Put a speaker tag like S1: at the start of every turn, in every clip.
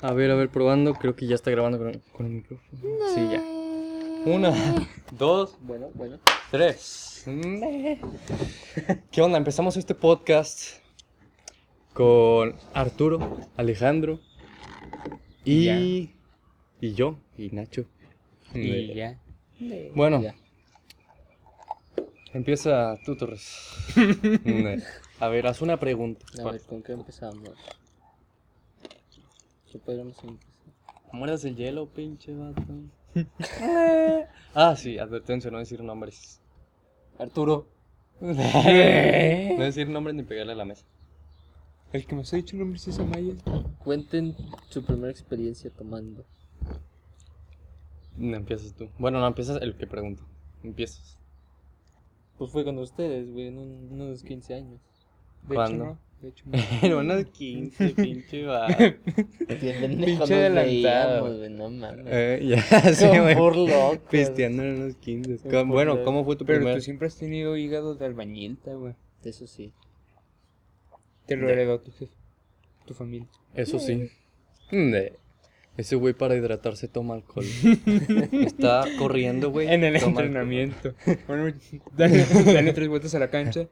S1: A ver, a ver, probando. Creo que ya está grabando con, con el micrófono. Sí, ya. Una, dos,
S2: Bueno, bueno.
S1: tres. Me. ¿Qué onda? Empezamos este podcast con Arturo, Alejandro y,
S2: Ya.
S1: y yo, y Nacho.
S2: Y ya.
S1: Bueno,
S2: Ya.
S1: empieza tú, Torres. Me. a ver, haz una pregunta.
S2: A ver, ¿con qué empezamos? ¿Qué podríamos empezar?
S1: Muerdas el hielo, pinche vato. ah, sí, advertencia, no decir nombres.
S2: Arturo.
S1: No decir nombres ni pegarle a la mesa.
S3: El que me ha dicho nombre es Amaya.
S2: Cuenten su primera experiencia tomando.
S1: No empiezas tú. Bueno, no empiezas el que pregunta. Empiezas.
S2: Pues fue con ustedes, güey, en un- unos 15 años.
S3: De
S1: ¿Cuándo?
S3: hecho, no. De hecho, no.
S1: Pero unos 15, pinche va.
S2: Pinche
S1: adelantado.
S2: güey, no mames.
S1: eh, ya, sí, güey.
S2: por locos.
S1: Pisteando en unos 15.
S2: Por
S1: Con- bueno,
S2: loco.
S1: ¿cómo fue tu
S3: Pero
S1: primer?
S3: tú siempre has tenido hígado de albañilta, güey.
S2: Eso sí.
S3: Te lo
S1: Ya.
S3: heredó tu jefe. Tu familia.
S1: Eso sí. Ne. Ese güey para hidratarse toma alcohol. Está corriendo, güey.
S3: En el
S1: toma alcohol.
S3: entrenamiento. bueno, dale, dale tres vueltas a la cancha.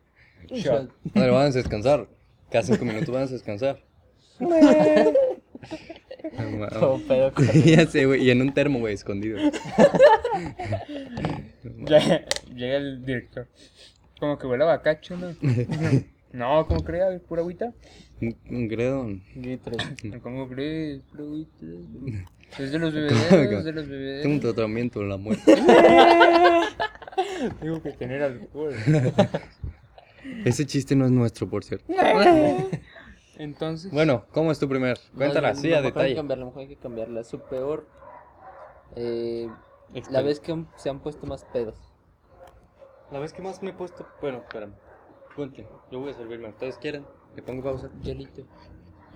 S3: Shot.
S1: A ver, vamos a descansar. Cada cinco minutos vamos a descansar. No mames.
S2: Todo pedo con-
S1: ya sé, güey. Y en un termo, güey, escondido.
S3: Ya, llega el director. Como que huele a bacacho, ¿no? no, ¿cómo crees? A ver, ¿Pura agüita?
S1: Un, un gredón.
S2: Gritos.
S3: ¿Cómo crees? ¿Pura agüita? Es de los bebederos, de los bebederos.
S1: Tengo un tratamiento de la muerte.
S3: Tengo que tener alcohol.
S1: Ese chiste no es nuestro, por cierto.
S3: Entonces,
S1: Bueno, ¿cómo es tu primer? Cuéntala,
S2: No,
S1: sí,
S2: no,
S1: a
S2: mejor hay que
S1: detalle.
S2: cambiarla, mejor hay que cambiarla. Es su peor. Eh, la vez que han- se han puesto más pedos.
S1: la vez que más me he puesto. Bueno, espérame. Cuenten, yo voy a servirme. ¿Ustedes quieren? Le pongo pausa.
S2: Yolito.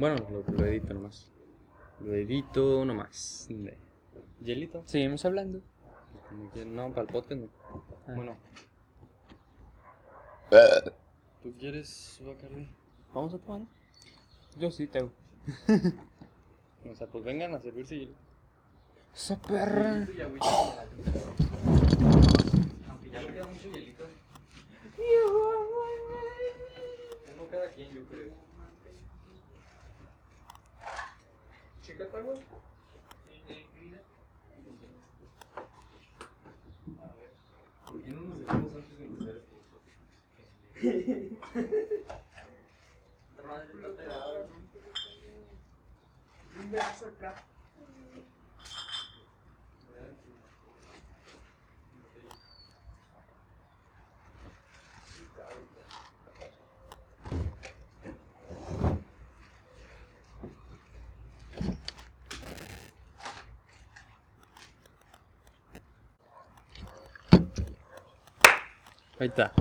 S1: Bueno, lo, lo edito nomás. Lo edito nomás. Ne. ¿Hielito?
S3: seguimos hablando.
S1: Como que No, para el podcast no.
S3: Ah.
S1: Bueno. ¿Tú quieres Bacardi?
S2: Vamos a tomar.
S3: Yo sí te hago.
S1: O sea, pues vengan a servirse hielo.
S3: Esa perra.
S1: Uno cada quien, yo creo. Ahí está.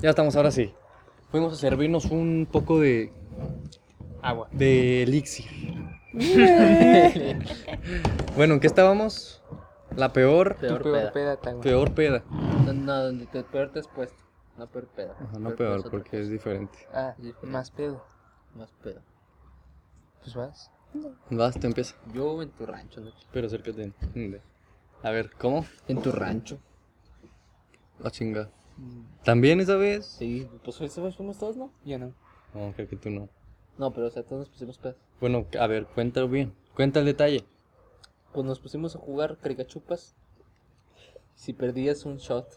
S1: Ya estamos, ahora sí. Fuimos a servirnos un poco de,
S3: Agua.
S1: de elixir. bueno, ¿en qué estábamos? La peor,
S2: Peor,
S3: Peor,
S2: peda.
S3: peor peda, ta, güey.
S1: peor peda.
S2: No, no, donde te, peor te has puesto. No peor pedo.
S1: Ajá, no
S2: peda es
S1: peor,
S2: otra
S1: porque es diferente.
S3: Ah,
S2: Sí, pero-
S3: más pedo.
S2: cosa, Más pedo.
S3: Pues vas.
S1: Vas, te empieza.
S2: Yo en tu rancho, ¿no?
S1: Pero acércate. Ande. A ver, ¿cómo?
S2: En tu rancho.
S1: La Ah, chinga. Mm. ¿También esa vez?
S2: Sí, pues esa vez fuimos todos, ¿no?
S3: Ya no.
S1: No, creo que tú no.
S2: No, pero o sea, todos nos pusimos pedos.
S1: Bueno, a ver, cuéntalo bien. Cuenta el detalle.
S2: Pues nos pusimos a jugar caricachupas. Si perdías un shot,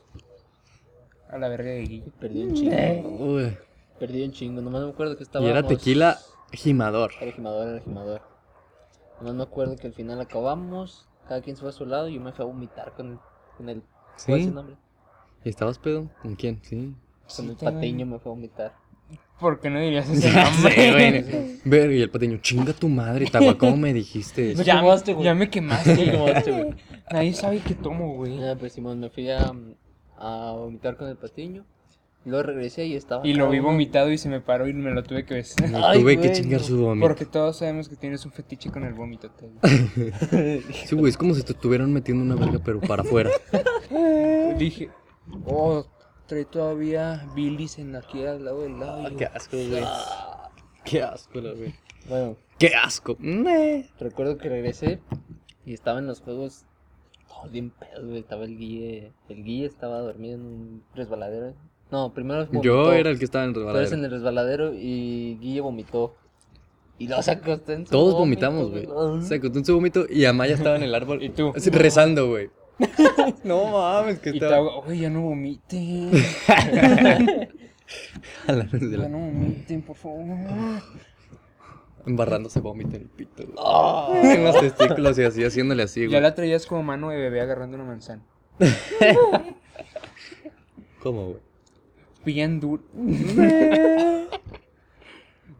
S3: A la verga de Guille.
S2: perdí un chingo.
S1: Uy.
S2: Perdí un chingo, nomás me acuerdo que estaba.
S1: Eh. Y era tequila gimador.
S2: Era gimador, era gimador. Nomás me acuerdo que al final acabamos, cada quien se fue a su lado y yo me fui a vomitar con el. Con el ¿Cuál es
S1: ¿Sí?
S2: el nombre?
S1: ¿Y estabas pedo? ¿Con quién? Sí.
S2: Con el
S3: Sí, también.
S2: pateño me fue a vomitar.
S3: ¿Por qué no dirías ese
S1: Ya
S3: nombre?
S1: sé, güey. Verga, y el pateño, chinga tu madre, Tagua, ¿cómo me dijiste?
S2: Me
S3: Ya,
S2: quemaste, güey.
S3: ya me quemaste.
S2: ¿Cómo vas, güey?
S3: Nadie sabe que tomo, güey.
S2: Nada, pues Simón, me fui a, a vomitar con el patiño. Luego regresé y estaba.
S3: Y lo
S2: cada
S3: vi
S2: uno-
S3: vomitado y se me paró y me lo tuve que besar.
S1: Me
S2: Ay,
S1: tuve que
S2: güey,
S1: chingar
S2: no.
S1: su vómito.
S3: Porque todos sabemos que tienes un fetiche con el vómito. te digo.
S1: Sí, güey, es como si te estuvieran metiendo una verga, pero para afuera.
S3: Dije, oh, trae todavía
S2: Ah,
S3: bilis en aquí al lado del lado.
S1: asco, güey. Qué asco, la güey.
S2: Bueno,
S1: ¡Qué asco! Meh.
S2: Recuerdo que regresé y estaba en los juegos todo bien pedo, güey. Estaba el guille. El guille estaba dormido en un resbaladero. No, primero
S1: Yo
S2: vomitó,
S1: era el que estaba en el
S2: tú eres en
S1: resbaladero.
S2: el resbaladero y Guille vomitó. Y los acosté en su
S1: Todos
S2: vómito,
S1: vomitamos, güey.
S2: Ajá.
S1: Se acostó en su vómito y Amaya estaba en el árbol.
S3: Y tú.
S1: así, rezando, güey. no mames, que
S3: Y te
S1: estaba.
S3: hago, oye, ya no vomiten.
S1: A la luz de
S3: Ya
S1: la-
S3: no vomiten, por favor.
S1: Embarrándose vómito en el pito, güey.
S2: Ah.
S1: En los testículos y así, haciéndole así,
S3: Ya
S1: güey.
S3: la traías como mano de bebé agarrando una manzana.
S1: ¿Cómo, güey?
S3: Bien dura.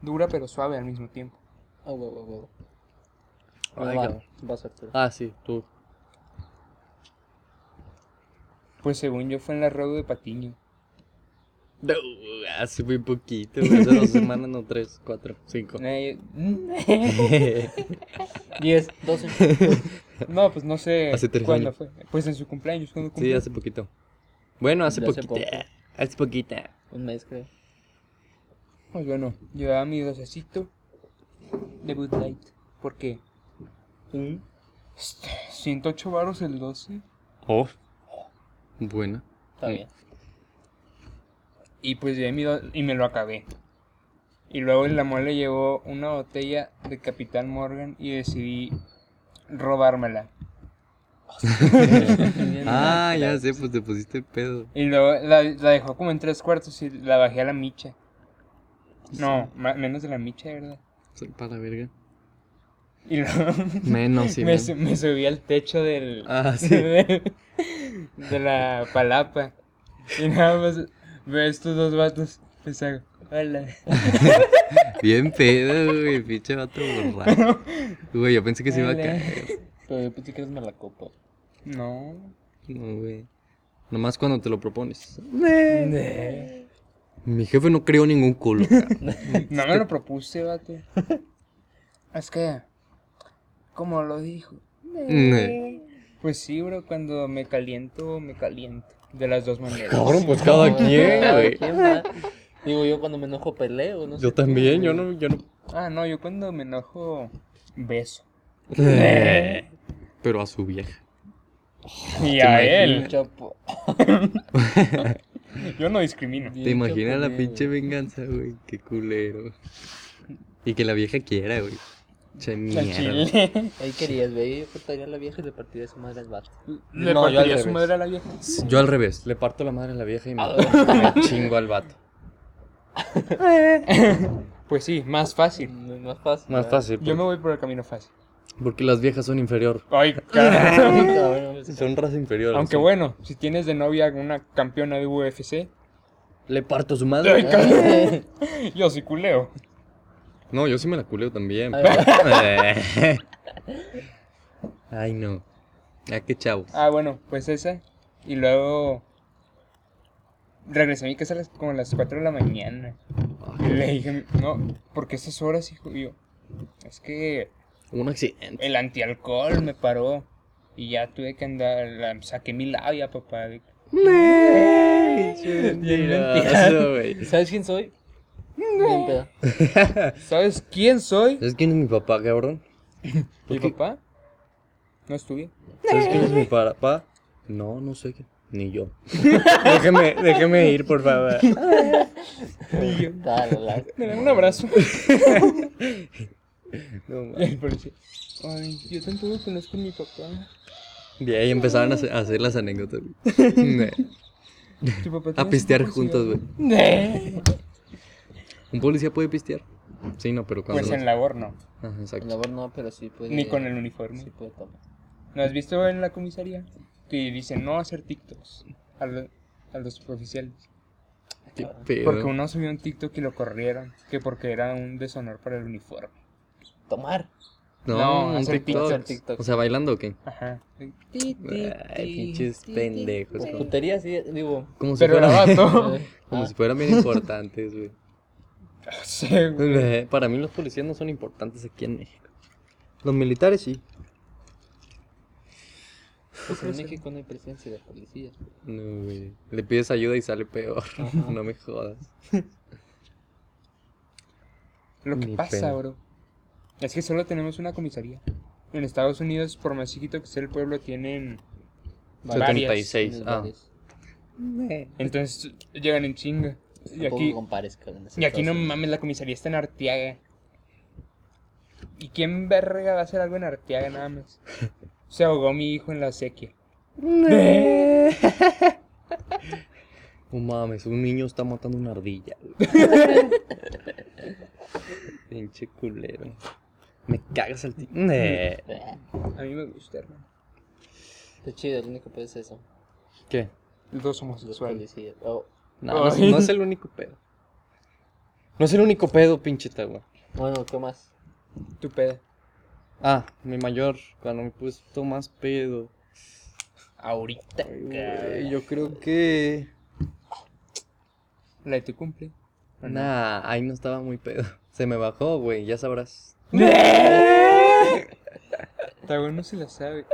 S3: dura pero suave al mismo tiempo.
S2: Ah, güey, güey, güey.
S1: Ay,
S2: Va,
S1: cabrón.
S2: vas, Arturo.
S1: Ah, sí, tú.
S3: Pues según yo fue en la rueda de Patiño.
S1: No, hace muy poquito, güey. Hace dos semanas, no, tres, cuatro, cinco.
S3: Eh,
S1: Ay,
S2: 10, 12.
S3: No, pues no sé
S1: Hace tres
S3: cuándo
S1: años.
S3: fue. Pues en su cumpleaños, cuando
S1: sí,
S3: cumplió.
S1: hace poquito. Bueno, hace
S2: Ya hace
S1: poquito.
S2: poco.
S1: Hace poquita.
S2: Un mes, creo.
S3: Pues bueno, llevaba mi docecito de Bud Light. ¿Por qué? 108 baros el 12.
S1: Oh. Buena.
S2: Está bien.
S3: Y pues llevé mi do- y me lo acabé. Y luego el amor le llevó una botella de Capitán Morgan y decidí robármela.
S1: Ah, ya sé, pues te pusiste pedo.
S3: Y luego la, la dejó como en tres cuartos y la bajé a la micha. No, ma- menos de la micha, de ¿verdad?
S1: Soy para la verga.
S3: Y luego
S1: Menos, sí.
S3: me,
S1: menos.
S3: su- me subí al techo del,
S1: Ah, sí.
S3: de, de la palapa. Y nada más veo estos dos vatos. Les hago, hola.
S1: Bien pedo, güey. Pinche vato borracho. Güey, yo pensé que se iba a
S3: Dale.
S1: caer.
S2: Pero yo pensé que eres mala copa.
S3: No.
S1: No, güey. Nomás cuando te lo propones. Mi jefe no creó ningún culo. cabrón.
S3: No me lo propuse, vato. Es que, como lo dijo.
S1: Ne.
S3: Pues sí, bro, cuando me caliento, me caliento. De las dos maneras.
S1: Cabrón, pues cada quien,
S2: Cada
S1: güey.
S2: quien, va. Digo, yo cuando me enojo peleo, no
S1: Yo
S2: sé.
S1: también, yo no, yo no.
S3: Ah, no, yo cuando me enojo, beso.
S1: Pero a su vieja.
S3: Y
S1: Ah, ¿te
S3: a
S2: Bien,
S3: él.
S2: chapo.
S3: Yo no discrimino.
S1: ¿Te imaginas la
S2: Bien,
S1: pinche
S2: güey.
S1: venganza, güey? Qué culero. Y que la vieja quiera, güey. Che
S3: Al
S1: mierda.
S3: chile.
S2: Ahí querías, güey. Yo cortaría a la vieja y le partiría su madre al vato.
S3: Le
S1: No, yo al
S3: partiría su
S1: revés.
S3: madre a la vieja.
S1: Yo al revés, le parto la madre a la vieja y me,
S3: Ah.
S1: me chingo al vato.
S3: Pues sí, más fácil.
S2: No Mm, es más fácil.
S1: Más
S2: ¿verdad?
S1: fácil,
S3: Ah. Yo me
S1: porque,
S3: voy por el camino fácil.
S1: porque las viejas son inferior.
S3: Ay, carajo.
S2: Ay, cabrón, es-
S1: Son raza inferior.
S3: Aunque
S1: sí.
S3: bueno, si tienes de novia una campeona de UFC,
S1: Le parto su madre.
S3: yo sí culeo.
S1: No, yo sí me la culeo también.
S2: Ay,
S1: Ay, no. Ah, qué chavo.
S3: Ah, bueno, pues esa. Y luego regresé a mi casa a las- como a las 4 de la mañana. Y le dije, a mi- no, ¿por qué esas horas, hijo? Y yo, es que
S1: Un accidente.
S3: el antialcohol me paró. Y ya tuve que andar, la- saqué mi labia, papá. de-
S1: Mentiroso, güey.
S2: ¿Sabes quién soy? Bien pedo.
S3: ¿Sabes quién soy?
S1: ¿Sabes quién es mi papá, cabrón?
S3: ¿Mi
S1: qué?
S3: papá? No estuve.
S1: ¿Sabes quién es mi papá? No, no sé qué. Ni yo. déjeme, déjeme ir, por favor.
S3: Y yo,
S2: Dale, la-
S3: me dan un abrazo.
S1: No,
S3: Y
S1: ma-
S3: el policía, ay, yo tampoco conozco a mi papá.
S1: y ahí empezaron a hacer, a hacer las anécdotas. güey.
S3: Tu papá
S1: a
S3: tiene
S1: pistear
S3: cinco
S1: juntos, güey.
S3: cigarros.
S1: ¿Un policía puede pistear? Sí, no, pero cuando.
S3: Pues en labor no.
S1: Ajá,
S2: El
S1: exacto.
S2: labor no, pero sí puede.
S3: Ni con el uniforme.
S2: Sí puede tomar.
S3: ¿No has visto en la comisaría? Que dicen no hacer TikToks a, lo- a los oficiales.
S1: Qué pedo.
S3: Porque uno subió un TikTok y lo corrieron. Que porque era un deshonor para el uniforme.
S2: Tomar.
S1: No,
S3: No,
S1: un
S3: hacer
S1: TikTok.
S2: TikTok, TikTok.
S1: O sea, bailando o qué?
S3: Ajá.
S1: Ay, pinches pendejos.
S2: Pues
S1: como-
S2: putería, sí, digo.
S1: Como si
S3: Pero era
S1: fueran,
S3: vato.
S2: eh,
S1: como
S2: ah,
S1: si fueran bien importantes, güey.
S3: Sí, güey.
S1: Para mí los policías no son importantes aquí en México. Los militares sí.
S2: pues en México no hay presencia de policías.
S1: No, güey. Le pides ayuda y sale peor.
S2: Ajá.
S1: No me jodas.
S3: Lo que
S1: Ni
S3: pasa,
S1: pedo.
S3: bro. Es que solo tenemos una comisaría. En Estados Unidos, por más chiquito que sea el pueblo, tienen varias.
S1: 76. Ah.
S3: Entonces llegan en chinga. Y aquí, y aquí no mames, la comisaría está en Arteaga. ¿Y quién verga va a hacer algo en Arteaga nada más? Se ahogó mi hijo en la sequía.
S1: No mames, un niño está matando una ardilla. güey. Pinche culero. Me cagas el tío.
S3: A mí me gusta, hermano.
S2: Eh, Está chido, lo único pedo es eso.
S1: ¿Qué?
S3: Los
S2: Los
S3: dos homosexuales.
S2: policías. Oh,
S1: No, no, es- no es el único pedo. No es el único pedo, pinche Tawa.
S2: bueno, ¿qué más?
S3: Tu pedo.
S1: Ah, mi mayor, cuando me puse más pedo.
S3: Ahorita.
S1: Ay, güey, yo creo que.
S3: La de tu cumple. ¿o no?
S1: Nah, ahí no estaba muy pedo. Se me bajó, güey, ya sabrás.
S3: Tagón no se la sabe.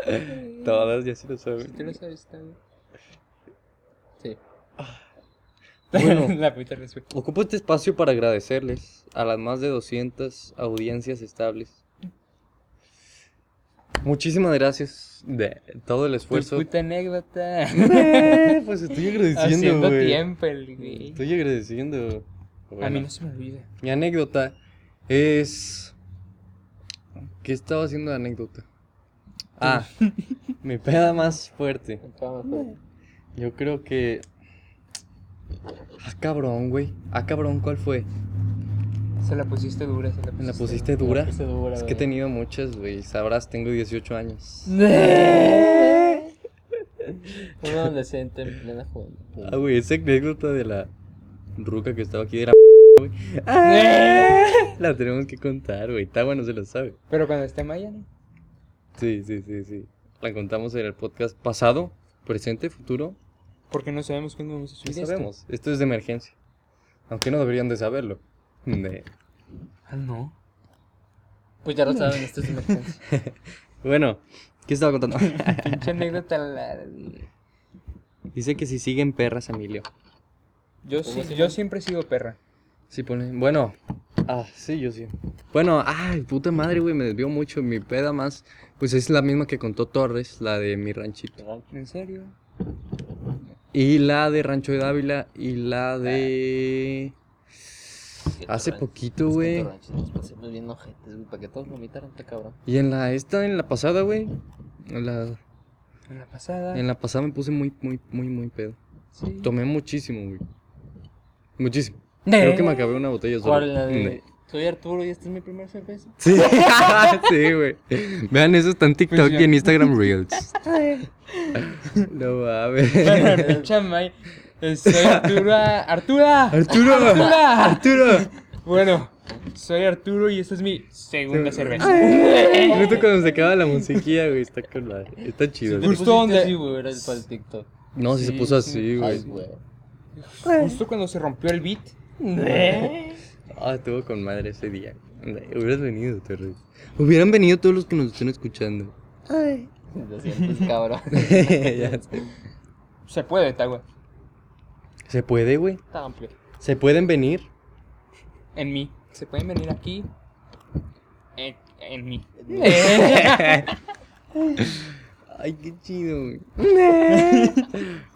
S1: Todas ya se lo
S3: Si tú la
S1: saben.
S3: sabes, Tagón.
S2: Sí.
S1: Bueno.
S3: la puta respuesta.
S1: Ocupo este espacio para agradecerles a las más de 200 audiencias estables. Muchísimas gracias de todo el
S3: Tu
S1: esfuerzo.
S3: puta anécdota.
S1: pues estoy agradeciendo,
S3: Haciendo
S1: güey.
S3: tiempo el güey.
S1: Estoy agradeciendo.
S3: A mí
S1: Bueno,
S3: no se me olvida.
S1: Mi anécdota es... ¿Qué estaba haciendo de anécdota? Ah, mi peda más fuerte.
S2: Vamos, pues.
S1: Yo creo que. Ah, cabrón, güey. Ah, cabrón, ¿cuál fue?
S3: Se la pusiste dura, se la pusiste.
S1: ¿Me la pusiste dura?
S2: Puse dura,
S1: Es que he
S2: este güey.
S1: tenido muchas, güey. Sabrás, tengo 18 años.
S2: Un adolescente en plena juventud.
S1: Ah, güey, esa anécdota de la ruca que estaba aquí de la. güey. Ah, La tenemos que contar, güey. Está bueno, se la sabe.
S3: Pero cuando esté Maya, ¿no?
S1: Sí, sí, sí, sí. La contamos en el podcast pasado, presente, futuro.
S3: Porque no sabemos cuándo vamos a
S1: No
S3: subir esto.
S1: sabemos. Esto es de emergencia. Aunque no deberían de saberlo. Ne.
S3: Ah, no.
S2: Pues ya lo saben, esto es emergencia.
S1: Bueno, ¿qué estaba contando?
S3: Pinche anécdota la-
S1: Dice que si siguen perras, Emilio.
S3: Yo, sí-
S2: se
S3: yo
S2: llama?
S3: siempre he sido perra.
S1: Sí, pone. Bueno. Ah, sí, yo sí. Bueno, ay, puta madre, güey, me desvió mucho. Mi peda más. Pues es la misma que contó Torres, la de mi ranchito.
S3: ¿En serio?
S1: Y la de Rancho de Dávila. Y la de. Hace poquito, güey.
S2: Nos pasemos bien ojetes, güey, para que todos vomitaran, está cabrón.
S1: Y en la esta, en la pasada, güey. En la,
S3: En la pasada.
S1: en la pasada me puse muy, muy, muy, muy pedo.
S3: Sí.
S1: Tomé muchísimo, güey. Muchísimo. Creo que me acabé una botella solo.
S2: ¿Cuál? La
S1: Ne.
S2: de... Soy Arturo y esta es mi primera cerveza.
S1: Sí, sí, güey. Vean, eso está en TikTok y en Instagram Reels.
S2: Pues
S1: No mames.
S3: Bueno, pinche Maya. Eh, Soy Artura. ¡Artura!
S1: Arturo,
S3: ¡Artura!
S1: Arturo.
S3: Bueno, soy Arturo y esta es mi segunda cerveza.
S1: Justo cuando se acaba la musiquilla, güey, está con la... Está chido.
S3: Justo donde-
S2: Sí, güey, era el para el TikTok.
S1: No, si se
S3: Sí,
S1: puso
S3: sí.
S1: así,
S2: Ay,
S1: güey.
S2: güey.
S3: Justo cuando se rompió el beat.
S1: Ah, estuvo con madre ese día. Hubieras venido, Terry. Hubieran venido todos los que nos están escuchando.
S2: Lo sientes, cabrón.
S1: Ya sé.
S3: Se puede, Tagua.
S1: ¿Se puede, güey?
S2: Está amplio.
S1: ¿Se pueden venir?
S3: En mí. Se pueden venir aquí. En, en mí.
S1: Ay, qué chido, güey.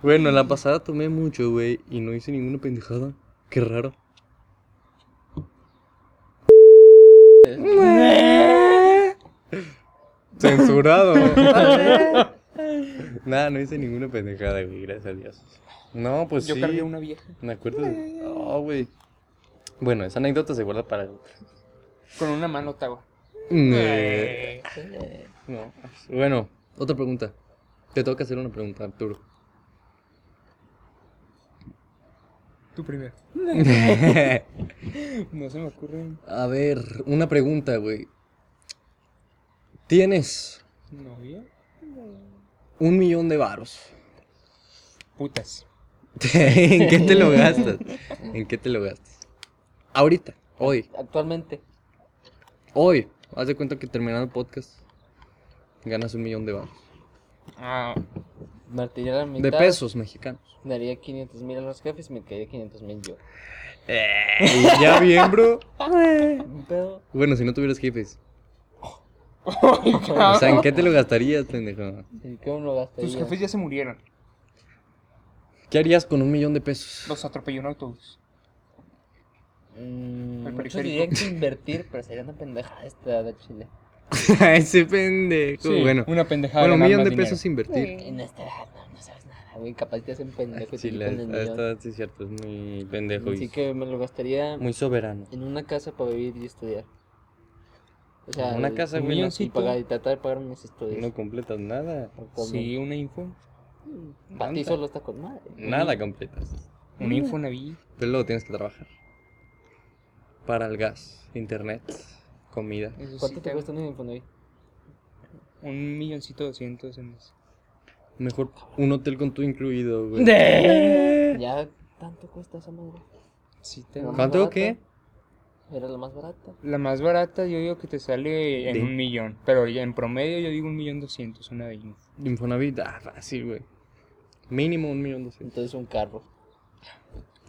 S1: bueno, la pasada tomé mucho, güey, y no hice ninguna pendejada. Qué raro. Censurado. Nada, no hice ninguna pendejada, güey, gracias a Dios. No, pues
S3: Yo
S1: sí.
S3: cargué a una vieja.
S1: Me acuerdo. de- Oh, güey. Bueno, esa anécdota se guarda para otra.
S3: Con una mano, Tagua.
S1: No. Eh, Bueno, otra pregunta. Te toca hacer una pregunta, Arturo.
S3: Tú primero. No se me ocurre.
S1: A ver, una pregunta, güey. Tienes
S3: ¿Novia?
S1: un millón de varos.
S3: Putas.
S1: ¿En qué te lo gastas? ¿En qué te lo gastas? Ahorita, hoy,
S2: Actualmente.
S1: hoy. Haz de cuenta que terminando el podcast, ganas un millón de varos.
S3: Ah,
S2: Martiría la mitad.
S1: De pesos mexicanos.
S2: Daría 500 mil a los jefes y me caería 500 mil yo.
S1: ya bien, bro.
S2: Un pedo.
S1: Bueno, si no tuvieras jefes.
S3: Ay,
S1: O sea, ¿en
S3: cabrón.
S1: qué te lo gastarías, pendejo?
S2: ¿En qué uno gasta?
S3: Tus jefes ya se murieron.
S1: ¿Qué harías con un millón de pesos?
S3: Los atropelló un autobús.
S2: Mm,
S3: El
S2: muchos
S3: periférico.
S2: dirían que invertir, pero sería una pendejada esta de Chile.
S1: Ese pendejo. bueno,
S3: Una pendejada.
S1: bueno un
S3: ganar
S1: millón
S3: más
S1: de pesos invertir.
S2: En esta edad no, no sabes nada, güey. Capaz te hacen
S1: Ay,
S2: pendejo y
S1: Sí,
S2: te
S1: la,
S2: quitan el
S1: a esta
S2: millón.
S1: edad sí es cierto, es muy pendejo
S2: Así
S1: y
S2: que me lo gastaría
S1: muy soberano.
S2: en una casa para vivir y estudiar. O sea,
S1: Una casa,
S3: un
S1: güey, no-
S3: millón
S2: y, pagar, y tratar de pagar mis estudios.
S1: no completas nada.
S3: dinero. Sí, una info.
S2: Para ti
S1: tanta.
S2: solo está con madre.
S1: Nada completas.
S3: Una info naví.
S1: Pero luego tienes que trabajar. Para el gas, internet, comida.
S3: Eso sí,
S2: ¿Cuánto te
S3: te-
S2: cuesta un Infonavit?
S3: Un milloncito doscientos en eso.
S1: Mejor un hotel con todo incluido, güey.
S3: De...
S2: Ya tanto cuesta esa madre.
S3: Sí, te...
S2: No.
S1: ¿Cuánto o qué?
S2: Era la más barata.
S3: La más barata yo digo que te sale en
S1: De-
S3: un millón. Pero ya en promedio yo digo un millón doscientos, una de info.
S1: Infonavit, ah, fácil, güey. Mínimo un millón doscientos.
S2: Entonces un carro,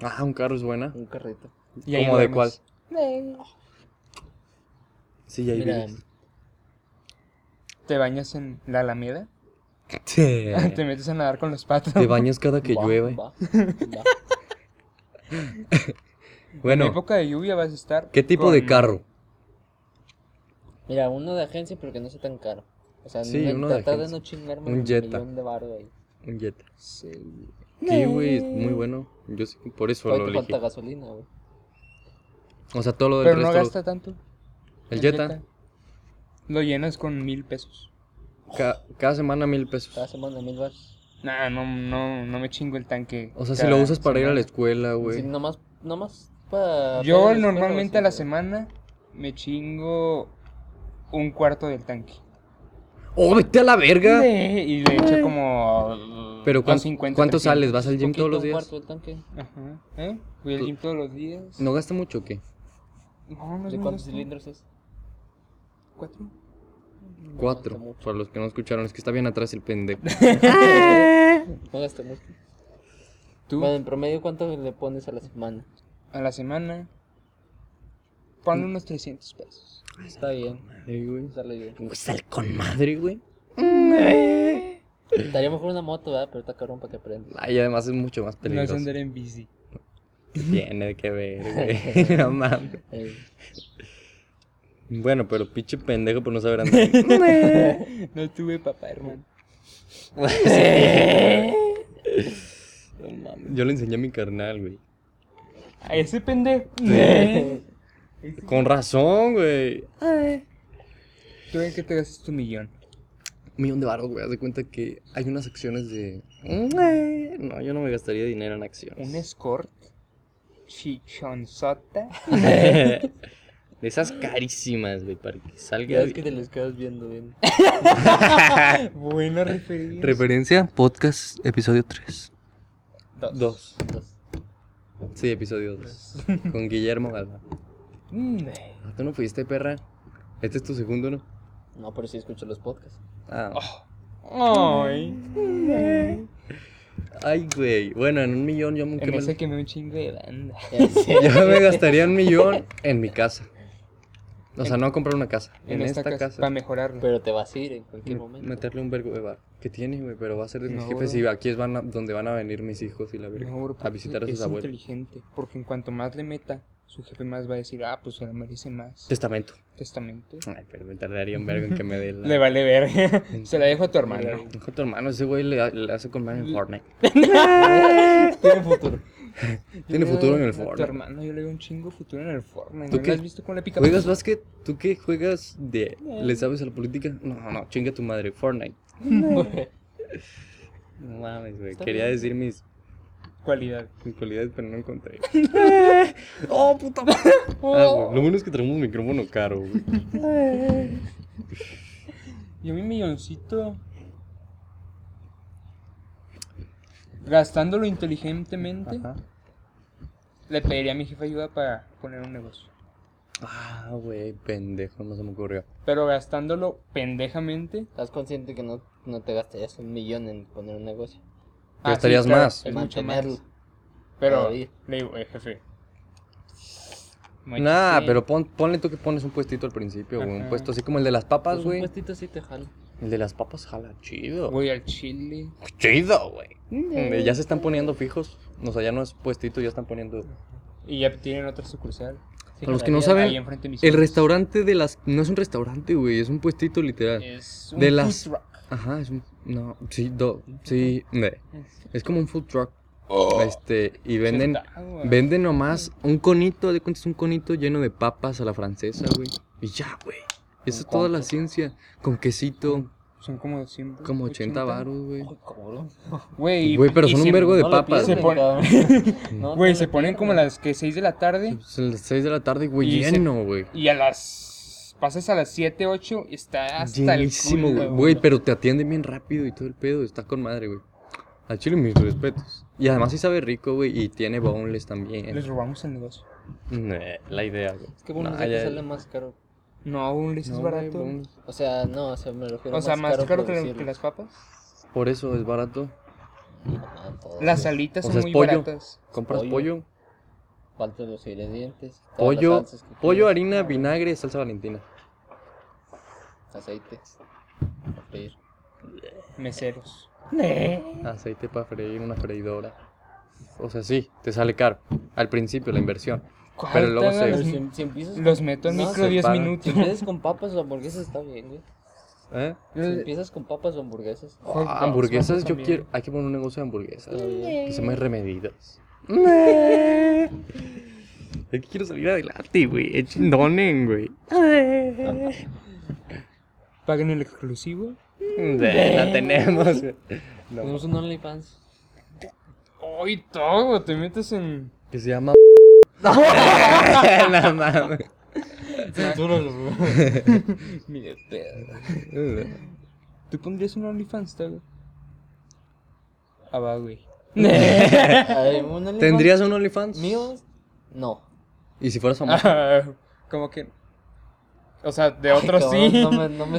S1: Ah, un carro es buena.
S2: un carrito.
S3: Y ahí
S1: ¿Cómo de
S3: duermes.
S1: cuál? Sí, ya
S2: Mira,
S1: vives.
S3: ¿Te bañas en la Alameda?
S1: Te,
S3: Te metes a nadar con los patos.
S1: te bañas cada que
S2: va,
S1: llueve.
S2: va, va.
S3: En
S1: Bueno,
S3: época de lluvia vas a estar.
S1: ¿qué tipo de
S3: con-
S1: carro?
S2: Mira, uno de agencia, pero que no sea tan caro. O sea,
S1: Sí,
S2: no-
S1: uno de
S2: tratar de,
S1: agencia.
S2: no chingarme
S1: Un
S2: un
S1: Jetta.
S2: millón de barro ahí.
S1: Un Jet.
S3: Sí.
S1: Sí, güey, es muy bueno. Yo sí, por eso
S2: Todavía
S1: lo
S2: te
S1: elegí.
S2: falta gasolina, güey.
S1: O sea, todo lo del
S3: Pero no
S1: resto.
S3: gasta tanto.
S1: el Jetta,
S3: Lo llenas con mil pesos.
S1: ca- cada semana mil
S2: Cada
S1: pesos.
S2: semana mil barros.
S3: Nah, no, no, no me chingo el tanque.
S1: O sea, si
S3: cada
S1: lo usas para ir a la
S3: semana.
S1: escuela,
S2: Sí,
S1: güey.
S2: nomás, nomás para...
S3: Yo
S2: para la
S3: normalmente a la
S2: escuela,
S3: semana me chingo un cuarto del tanque.
S1: ¡Oh, vete a la verga!
S3: Y le echo como.
S1: Pero ¿cuán-
S3: unos 50,
S1: ¿cuánto
S3: 300.
S1: sales? ¿Vas al
S2: sí.
S1: gym todos los
S2: Poquito, un
S1: días?
S2: cuarto del tanque.
S3: Ajá. ¿Eh? Voy al
S1: Tú-
S3: gym todos los días.
S1: ¿No gasta mucho o qué?
S3: No, no es
S2: ¿De
S3: muy
S2: cuántos
S3: gasto.
S2: cilindros es?
S3: ¿Cuatro?
S2: No
S1: Cuatro.
S2: gasta mucho.
S1: Para los que no escucharon, es que está bien atrás el pendejo.
S2: No gasta mucho.
S3: ¿Tú?
S2: Bueno, en promedio, ¿cuánto le pones a la semana?
S3: A la semana. Ponle
S1: Mm.
S3: unos 300 pesos.
S2: Está bien.
S1: Ay, güey.
S2: sale bien.
S1: Güey, Sal con madre, güey.
S2: Estaría mejor una moto, ¿verdad? Pero está cabrón para que aprendas.
S1: Ay, además es mucho más
S3: No es
S1: peligroso.
S3: andar en bici.
S1: Tiene que ver, güey. No mames.
S2: Eh,
S1: Bueno, pero pinche pendejo por no saber andar.
S3: No tuve papá, hermano.
S1: No mames. Yo le enseñé a mi carnal, güey.
S3: A ese pendejo.
S2: Eh,
S1: Con razón, güey.
S3: ¿Tú en qué te gastas tu millón?
S1: Un millón de baros, güey. Haz de cuenta que hay unas acciones de. No, yo no me gastaría dinero en
S3: ¿Un
S1: acciones.
S3: escort? ¿Chichonzota?
S1: de esas carísimas, güey, para que
S2: ya
S1: salga.
S2: es que te los quedas viendo bien.
S3: Buena referencia.
S1: Referencia, podcast, episodio 3.
S3: Dos.
S1: Dos.
S2: Los-
S1: Sí, episodio 2. Con Guillermo Galván.
S3: Mm.
S1: Ah, ¿Tú no fuiste, perra? Este es tu segundo, ¿no?
S2: No, pero sí escucho los podcasts.
S1: Ah.
S3: Ay.
S1: Ay, güey. Bueno, en un millón yo nunca
S3: En
S1: me...
S3: ese que me un chingo de banda.
S2: Ya sé.
S1: Yo me gastaría un millón en mi casa. O sea, no comprar una casa.
S3: En, esta, casa. Para mejorarla.
S2: Pero te vas a ir en cualquier
S1: Me-
S2: momento.
S1: Meterle un vergo de bar. Que tiene, güey, pero va a ser de mis
S3: No,
S1: jefes
S3: bro.
S1: y aquí es van a- donde van a venir mis hijos y la verga.
S3: No, bro,
S1: a visitar a
S3: es
S1: sus abuelos.
S3: inteligente. Porque en cuanto más le meta, su jefe más va a decir, ah, pues se la merece más.
S1: Testamento.
S3: Testamento.
S1: Ay, pero me tardaría un vergo en que me dé la...
S3: Le vale ver. se la dejo a tu hermano.
S1: Hijo de tu hermano, ese güey le, le hace con en Fortnite.
S2: Tiene futuro.
S1: Tiene
S3: Yo
S1: futuro
S3: le-
S1: en el
S3: a
S1: Fortnite.
S3: Tu hermano, yo le veo un chingo futuro en el Fortnite.
S1: ¿Tú
S3: ¿No
S1: qué?
S3: lo has visto con la pica?
S1: ¿Juegas básquet? ¿Tú qué juegas de... ¿Le sabes a la política? No, no, chinga tu madre, Fortnite. No mames, güey.
S2: Está
S1: Quería
S2: bien.
S1: decir mis,
S3: Cualidad.
S1: mis cualidades, pero no encontré. ¡Oh, puta madre! Ah, güey, Lo bueno es que tenemos un micrófono caro, güey.
S3: Yo mi milloncito. Gastándolo inteligentemente,
S1: Ajá.
S3: le pediría a mi jefe ayuda para poner un negocio.
S1: Ah, güey, pendejo, no se me ocurrió.
S3: Pero gastándolo pendejamente. ah,
S2: ¿Estás consciente que no, no te gastarías un millón en poner un negocio?
S3: ah, sí,
S1: Gastarías
S3: claro,
S1: más.
S3: Es mucho más.
S2: Mantenerlo.
S3: Pero
S2: Todavía.
S3: le digo, eh, jefe, Machín.
S1: Nah, pero pon- ponle tú que pones un puestito al principio, güey. Un
S3: Ajá.
S1: puesto así como el de las papas,
S2: Pues un
S1: güey.
S2: puestito sí te jalo.
S1: El de las papas jala chido.
S3: Güey, al chile.
S1: Chido, güey. Eh, Ya se están poniendo fijos. O sea, ya no es puestito, ya están poniendo.
S3: Y ya tienen otra sucursal.
S1: Para los que no
S2: jalaría.
S1: saben,
S3: Ahí enfrente de mis
S1: El
S3: ojos.
S1: restaurante de las. No es un restaurante, güey. Es un puestito literal.
S3: Es un
S1: de
S3: food
S1: las-
S3: truck.
S1: Ajá, es un. No, sí, do, sí. ne. Es como un food truck.
S3: Oh.
S1: Este, y venden.
S3: Está, güey.
S1: Venden nomás un conito, de cuentas un conito lleno de papas a la francesa, güey. Y ya, güey. Esa es toda la
S2: cuánto?
S1: ciencia. Con quesito,
S3: Son como 100.
S1: como 80 baros, güey.
S2: Ay, cabrón.
S3: Güey, y-
S1: Güey, pero
S3: y
S1: son
S3: se-
S1: un vergo de
S2: no la
S1: papas.
S3: Se
S2: pierden,
S3: pone-
S2: cabrón. No,
S3: Güey,
S2: no
S3: se
S2: la
S3: ponen como
S2: pierden.
S3: las que 6 de la tarde
S1: Son las 6 de la tarde, güey,
S3: Y se-
S1: lleno, güey.
S3: y a las pasas a las 7, 8 está hasta
S1: Llenísimo,
S3: el
S1: güey.
S3: culo.
S1: Güey, pero te atienden bien rápido y todo el pedo. Está con madre, güey. Al chile, mis respetos. Y además sí sabe rico, güey. Y tiene boneless
S3: Les
S1: también.
S3: robamos el negocio.
S1: Nah, la idea, güey.
S2: Es que bueno,
S1: Nah,
S2: sé que
S1: ya-
S2: sale más caro.
S3: No, un les es
S1: No, güey,
S3: barato.
S1: boneless.
S2: O sea, no, o sea, me refiero
S3: o sea, más caro, que, la- que
S2: producirlo.
S3: las papas.
S1: Por eso es barato.
S2: Ah, todo.
S3: Las alitas
S1: O
S3: son
S1: sea, es
S3: muy
S1: pollo.
S3: baratas.
S1: Compras
S2: Pollo.
S1: pollo,
S2: Faltan los ingredientes. todas las
S1: pollo,
S2: salsas que
S1: pollo,
S2: quieras,
S1: harina, vinagre, salsa valentina.
S2: Aceite. a freír.
S3: Meseros.
S1: Aceite para freír, una freidora. O sea, sí, te sale caro. Al principio, la inversión. Pero luego
S3: Cuarta,
S1: se-
S2: Pero
S3: los,
S2: si, si empiezas
S3: los meto en
S2: No,
S3: micro
S1: se
S3: 10
S1: paran.
S2: Si
S3: minutos.
S2: empiezas con papas o hamburguesas está bien, güey.
S1: ¿Eh?
S2: Si empiezas con papas o hamburguesas.
S3: Hot
S1: Ah,
S3: dogs,
S1: hamburguesas,
S3: papas
S1: yo
S3: también.
S1: quiero. Hay que poner un negocio de hamburguesas. Que se me remedidas. Es que quiero salir adelante, güey. Es chindonen, güey.
S3: Paguen el exclusivo.
S1: La tenemos. güey.
S2: Tenemos un OnlyFans.
S3: Hoy todo, te metes en.
S1: Que se llama. La mames.
S2: Mira, pedo.
S3: ¿Tú pondrías un OnlyFans, güey? Ah, va, güey.
S2: Ay, ¿un OnlyFans
S1: ¿Tendrías un OnlyFans?
S2: ¿Mío? No.
S1: ¿Y si fueras famoso?
S3: Ah, como que. O sea, de
S2: Ay,
S3: otro
S2: cabrón,
S3: sí.
S2: No me, no me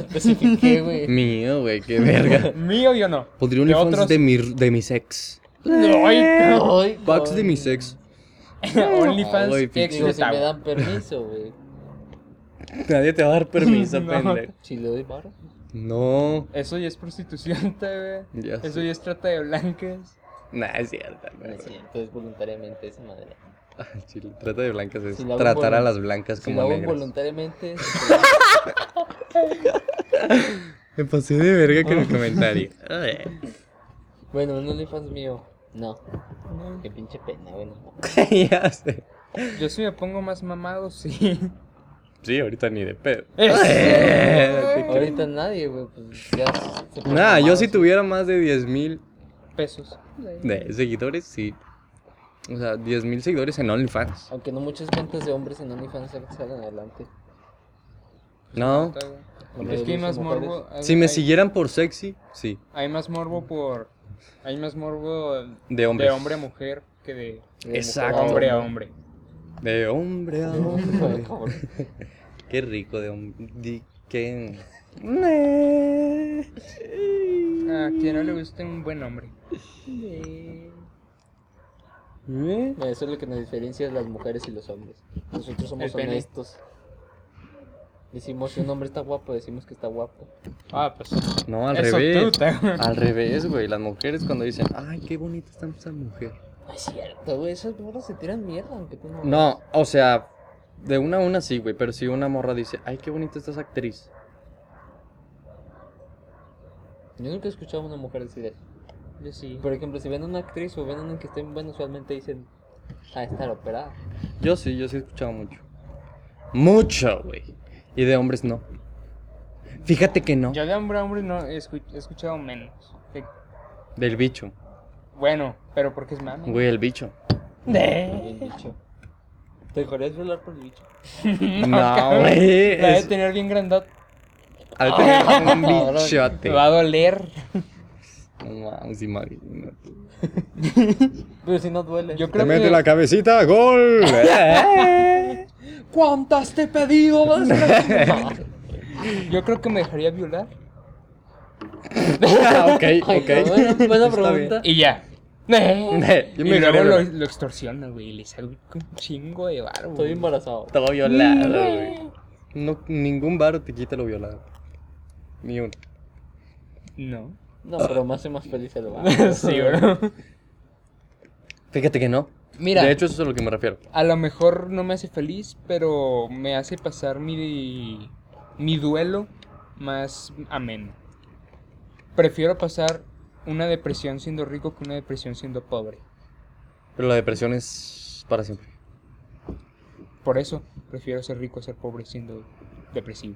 S2: especifiqué, güey.
S1: Mío, güey, qué verga.
S3: Mío yo no.
S1: Podría un
S3: De
S1: OnlyFans
S3: otros-
S1: de mi, de mis ex.
S3: Ay,
S2: Ay,
S1: Bugs de
S2: cabrón.
S1: mis ex. Ah,
S3: OnlyFans
S1: güey,
S3: ex
S1: pinche-
S2: Digo,
S3: de
S2: si me
S3: Tabo.
S2: dan permiso, güey.
S1: Nadie te va a dar permiso,
S3: No.
S1: pendejo.
S2: Si le doy barro.
S1: No.
S3: Eso ya es prostitución, ta, güey.
S1: Ya
S3: Eso
S1: sé.
S3: ya es trata de blancas.
S1: Nah, es cierto. güey.
S2: Entonces voluntariamente esa madre.
S1: Ay, chile, Trata de blancas es
S2: Si la hago
S1: tratar a
S2: volun-
S1: las blancas
S2: Si lo
S1: como
S2: hago
S1: negras.
S2: voluntariamente,
S1: Me pasé de verga con el comentario.
S2: bueno, un OnlyFans mío. No, qué pinche pena, bueno.
S1: ya sé.
S3: Yo si me pongo más mamado, sí.
S1: Sí, ahorita ni de pedo.
S2: Ahorita nadie, güey, pues ya se pone
S1: Nah, yo
S2: mamado,
S1: si
S2: sí.
S1: tuviera más de 10 mil
S3: Pesos.
S1: seguidores, sí. O sea, 10 mil seguidores en OnlyFans.
S2: Aunque no muchas cuentas de hombres en OnlyFans salen adelante.
S1: No.
S2: Porque
S3: Es que hay
S2: los
S3: más
S2: mujeres-
S3: morbo. hay-
S1: Si me
S3: hay-
S1: siguieran por sexy, sí.
S3: Hay más morbo por. Hay más morbo
S1: De hombre.
S3: de hombre a mujer que de
S2: de mujer
S1: Exacto.
S2: a
S3: hombre a hombre.
S1: De hombre a
S2: Ay,
S1: hombre.
S2: cabrón.
S1: Qué rico de hombre. di- Qué...
S3: A quien no le guste un buen hombre.
S1: ¿Eh?
S2: Eso es lo que nos diferencia de las mujeres y los hombres. Nosotros somos
S3: El pene.
S2: honestos. Decimos si un hombre está guapo, decimos que está guapo.
S3: Ah, pues.
S1: No, al
S3: eso
S1: revés.
S3: tú, ta.
S1: Al revés, güey. Las mujeres cuando dicen, ay, qué bonita está esa mujer.
S2: No es cierto, güey, esas morras se tiran mierda, aunque tú no.
S1: No, o sea, de una a una sí, güey. Pero si una morra dice, ay, qué bonita está esa actriz.
S2: Yo nunca he escuchado a una mujer decir eso.
S3: Yo sí.
S2: Por ejemplo, si ven a una actriz o ven a alguien que esté bueno, usualmente dicen, ah, está operada.
S1: Yo sí, yo sí he escuchado mucho. Mucho, güey. Y de hombres no. Fíjate que no.
S3: Yo de hombre a hombre no he escu- he escuchado menos. De-
S1: Del bicho.
S3: Bueno, pero porque es mami.
S1: Güey, el bicho.
S2: El bicho. ¿Te dejarías violar por el bicho?
S1: No, ah, güey.
S3: La de
S1: es-
S3: tener bien grandota.
S1: Ha de tener un
S2: Cabrón.
S1: bichote.
S3: Te va a doler.
S1: No mames, imagínate.
S2: Pero si no duele.
S3: Yo
S1: Te
S3: creo
S1: mete
S3: que.
S1: la cabecita, gol. Eh,
S3: ¿Cuántas te he pedido? Vas a- Yo creo que me dejaría violar.
S1: ok,
S2: Ay,
S1: ok.
S2: cabrón, buena
S1: Está bien.
S2: pregunta.
S3: Y ya. y
S1: Yo me
S3: luego
S1: dejaría
S3: lo,
S1: ver.
S3: lo extorsiona, güey. y Le sale un chingo de barbo.
S2: Estoy embarazado.
S1: Todo violado, güey. No, ningún varo te quita lo violado. Ni uno.
S3: No.
S2: No, pero me hace más feliz el bar.
S3: sí, bro.
S1: Fíjate que no.
S3: Mira.
S1: De hecho, eso es a lo que me refiero.
S3: A lo mejor no me hace feliz, pero me hace pasar mi, mi duelo más ameno. Prefiero pasar una depresión siendo rico que una depresión siendo pobre.
S1: Pero la depresión es para siempre.
S3: Por eso prefiero ser rico a ser pobre siendo depresivo.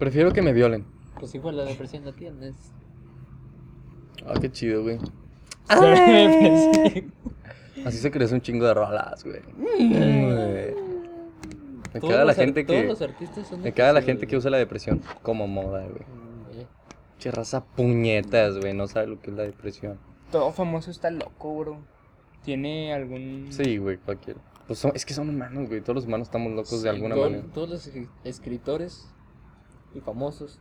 S1: Prefiero que me violen.
S2: Pues igual la depresión la tienes.
S1: Ah, qué chido, güey.
S3: Ser
S1: Así se crece un chingo de rolas, güey. Me
S2: Todos
S1: caga la
S2: los ar-
S1: gente
S2: todos
S1: que.
S2: los artistas son
S1: Me caga la
S2: depresivos,
S1: gente que usa la depresión como moda, güey.
S2: güey. Mm, eh.
S1: Che raza puñetas, güey. No sabe lo que es la depresión.
S3: Todo famoso está loco, bro. Tiene algún...
S1: Sí, güey, cualquiera. Pues son- es que son humanos, güey. Todos los humanos estamos locos de
S2: Sí,
S1: alguna
S2: todo-
S1: manera.
S2: Todos los escri- escritores y famosos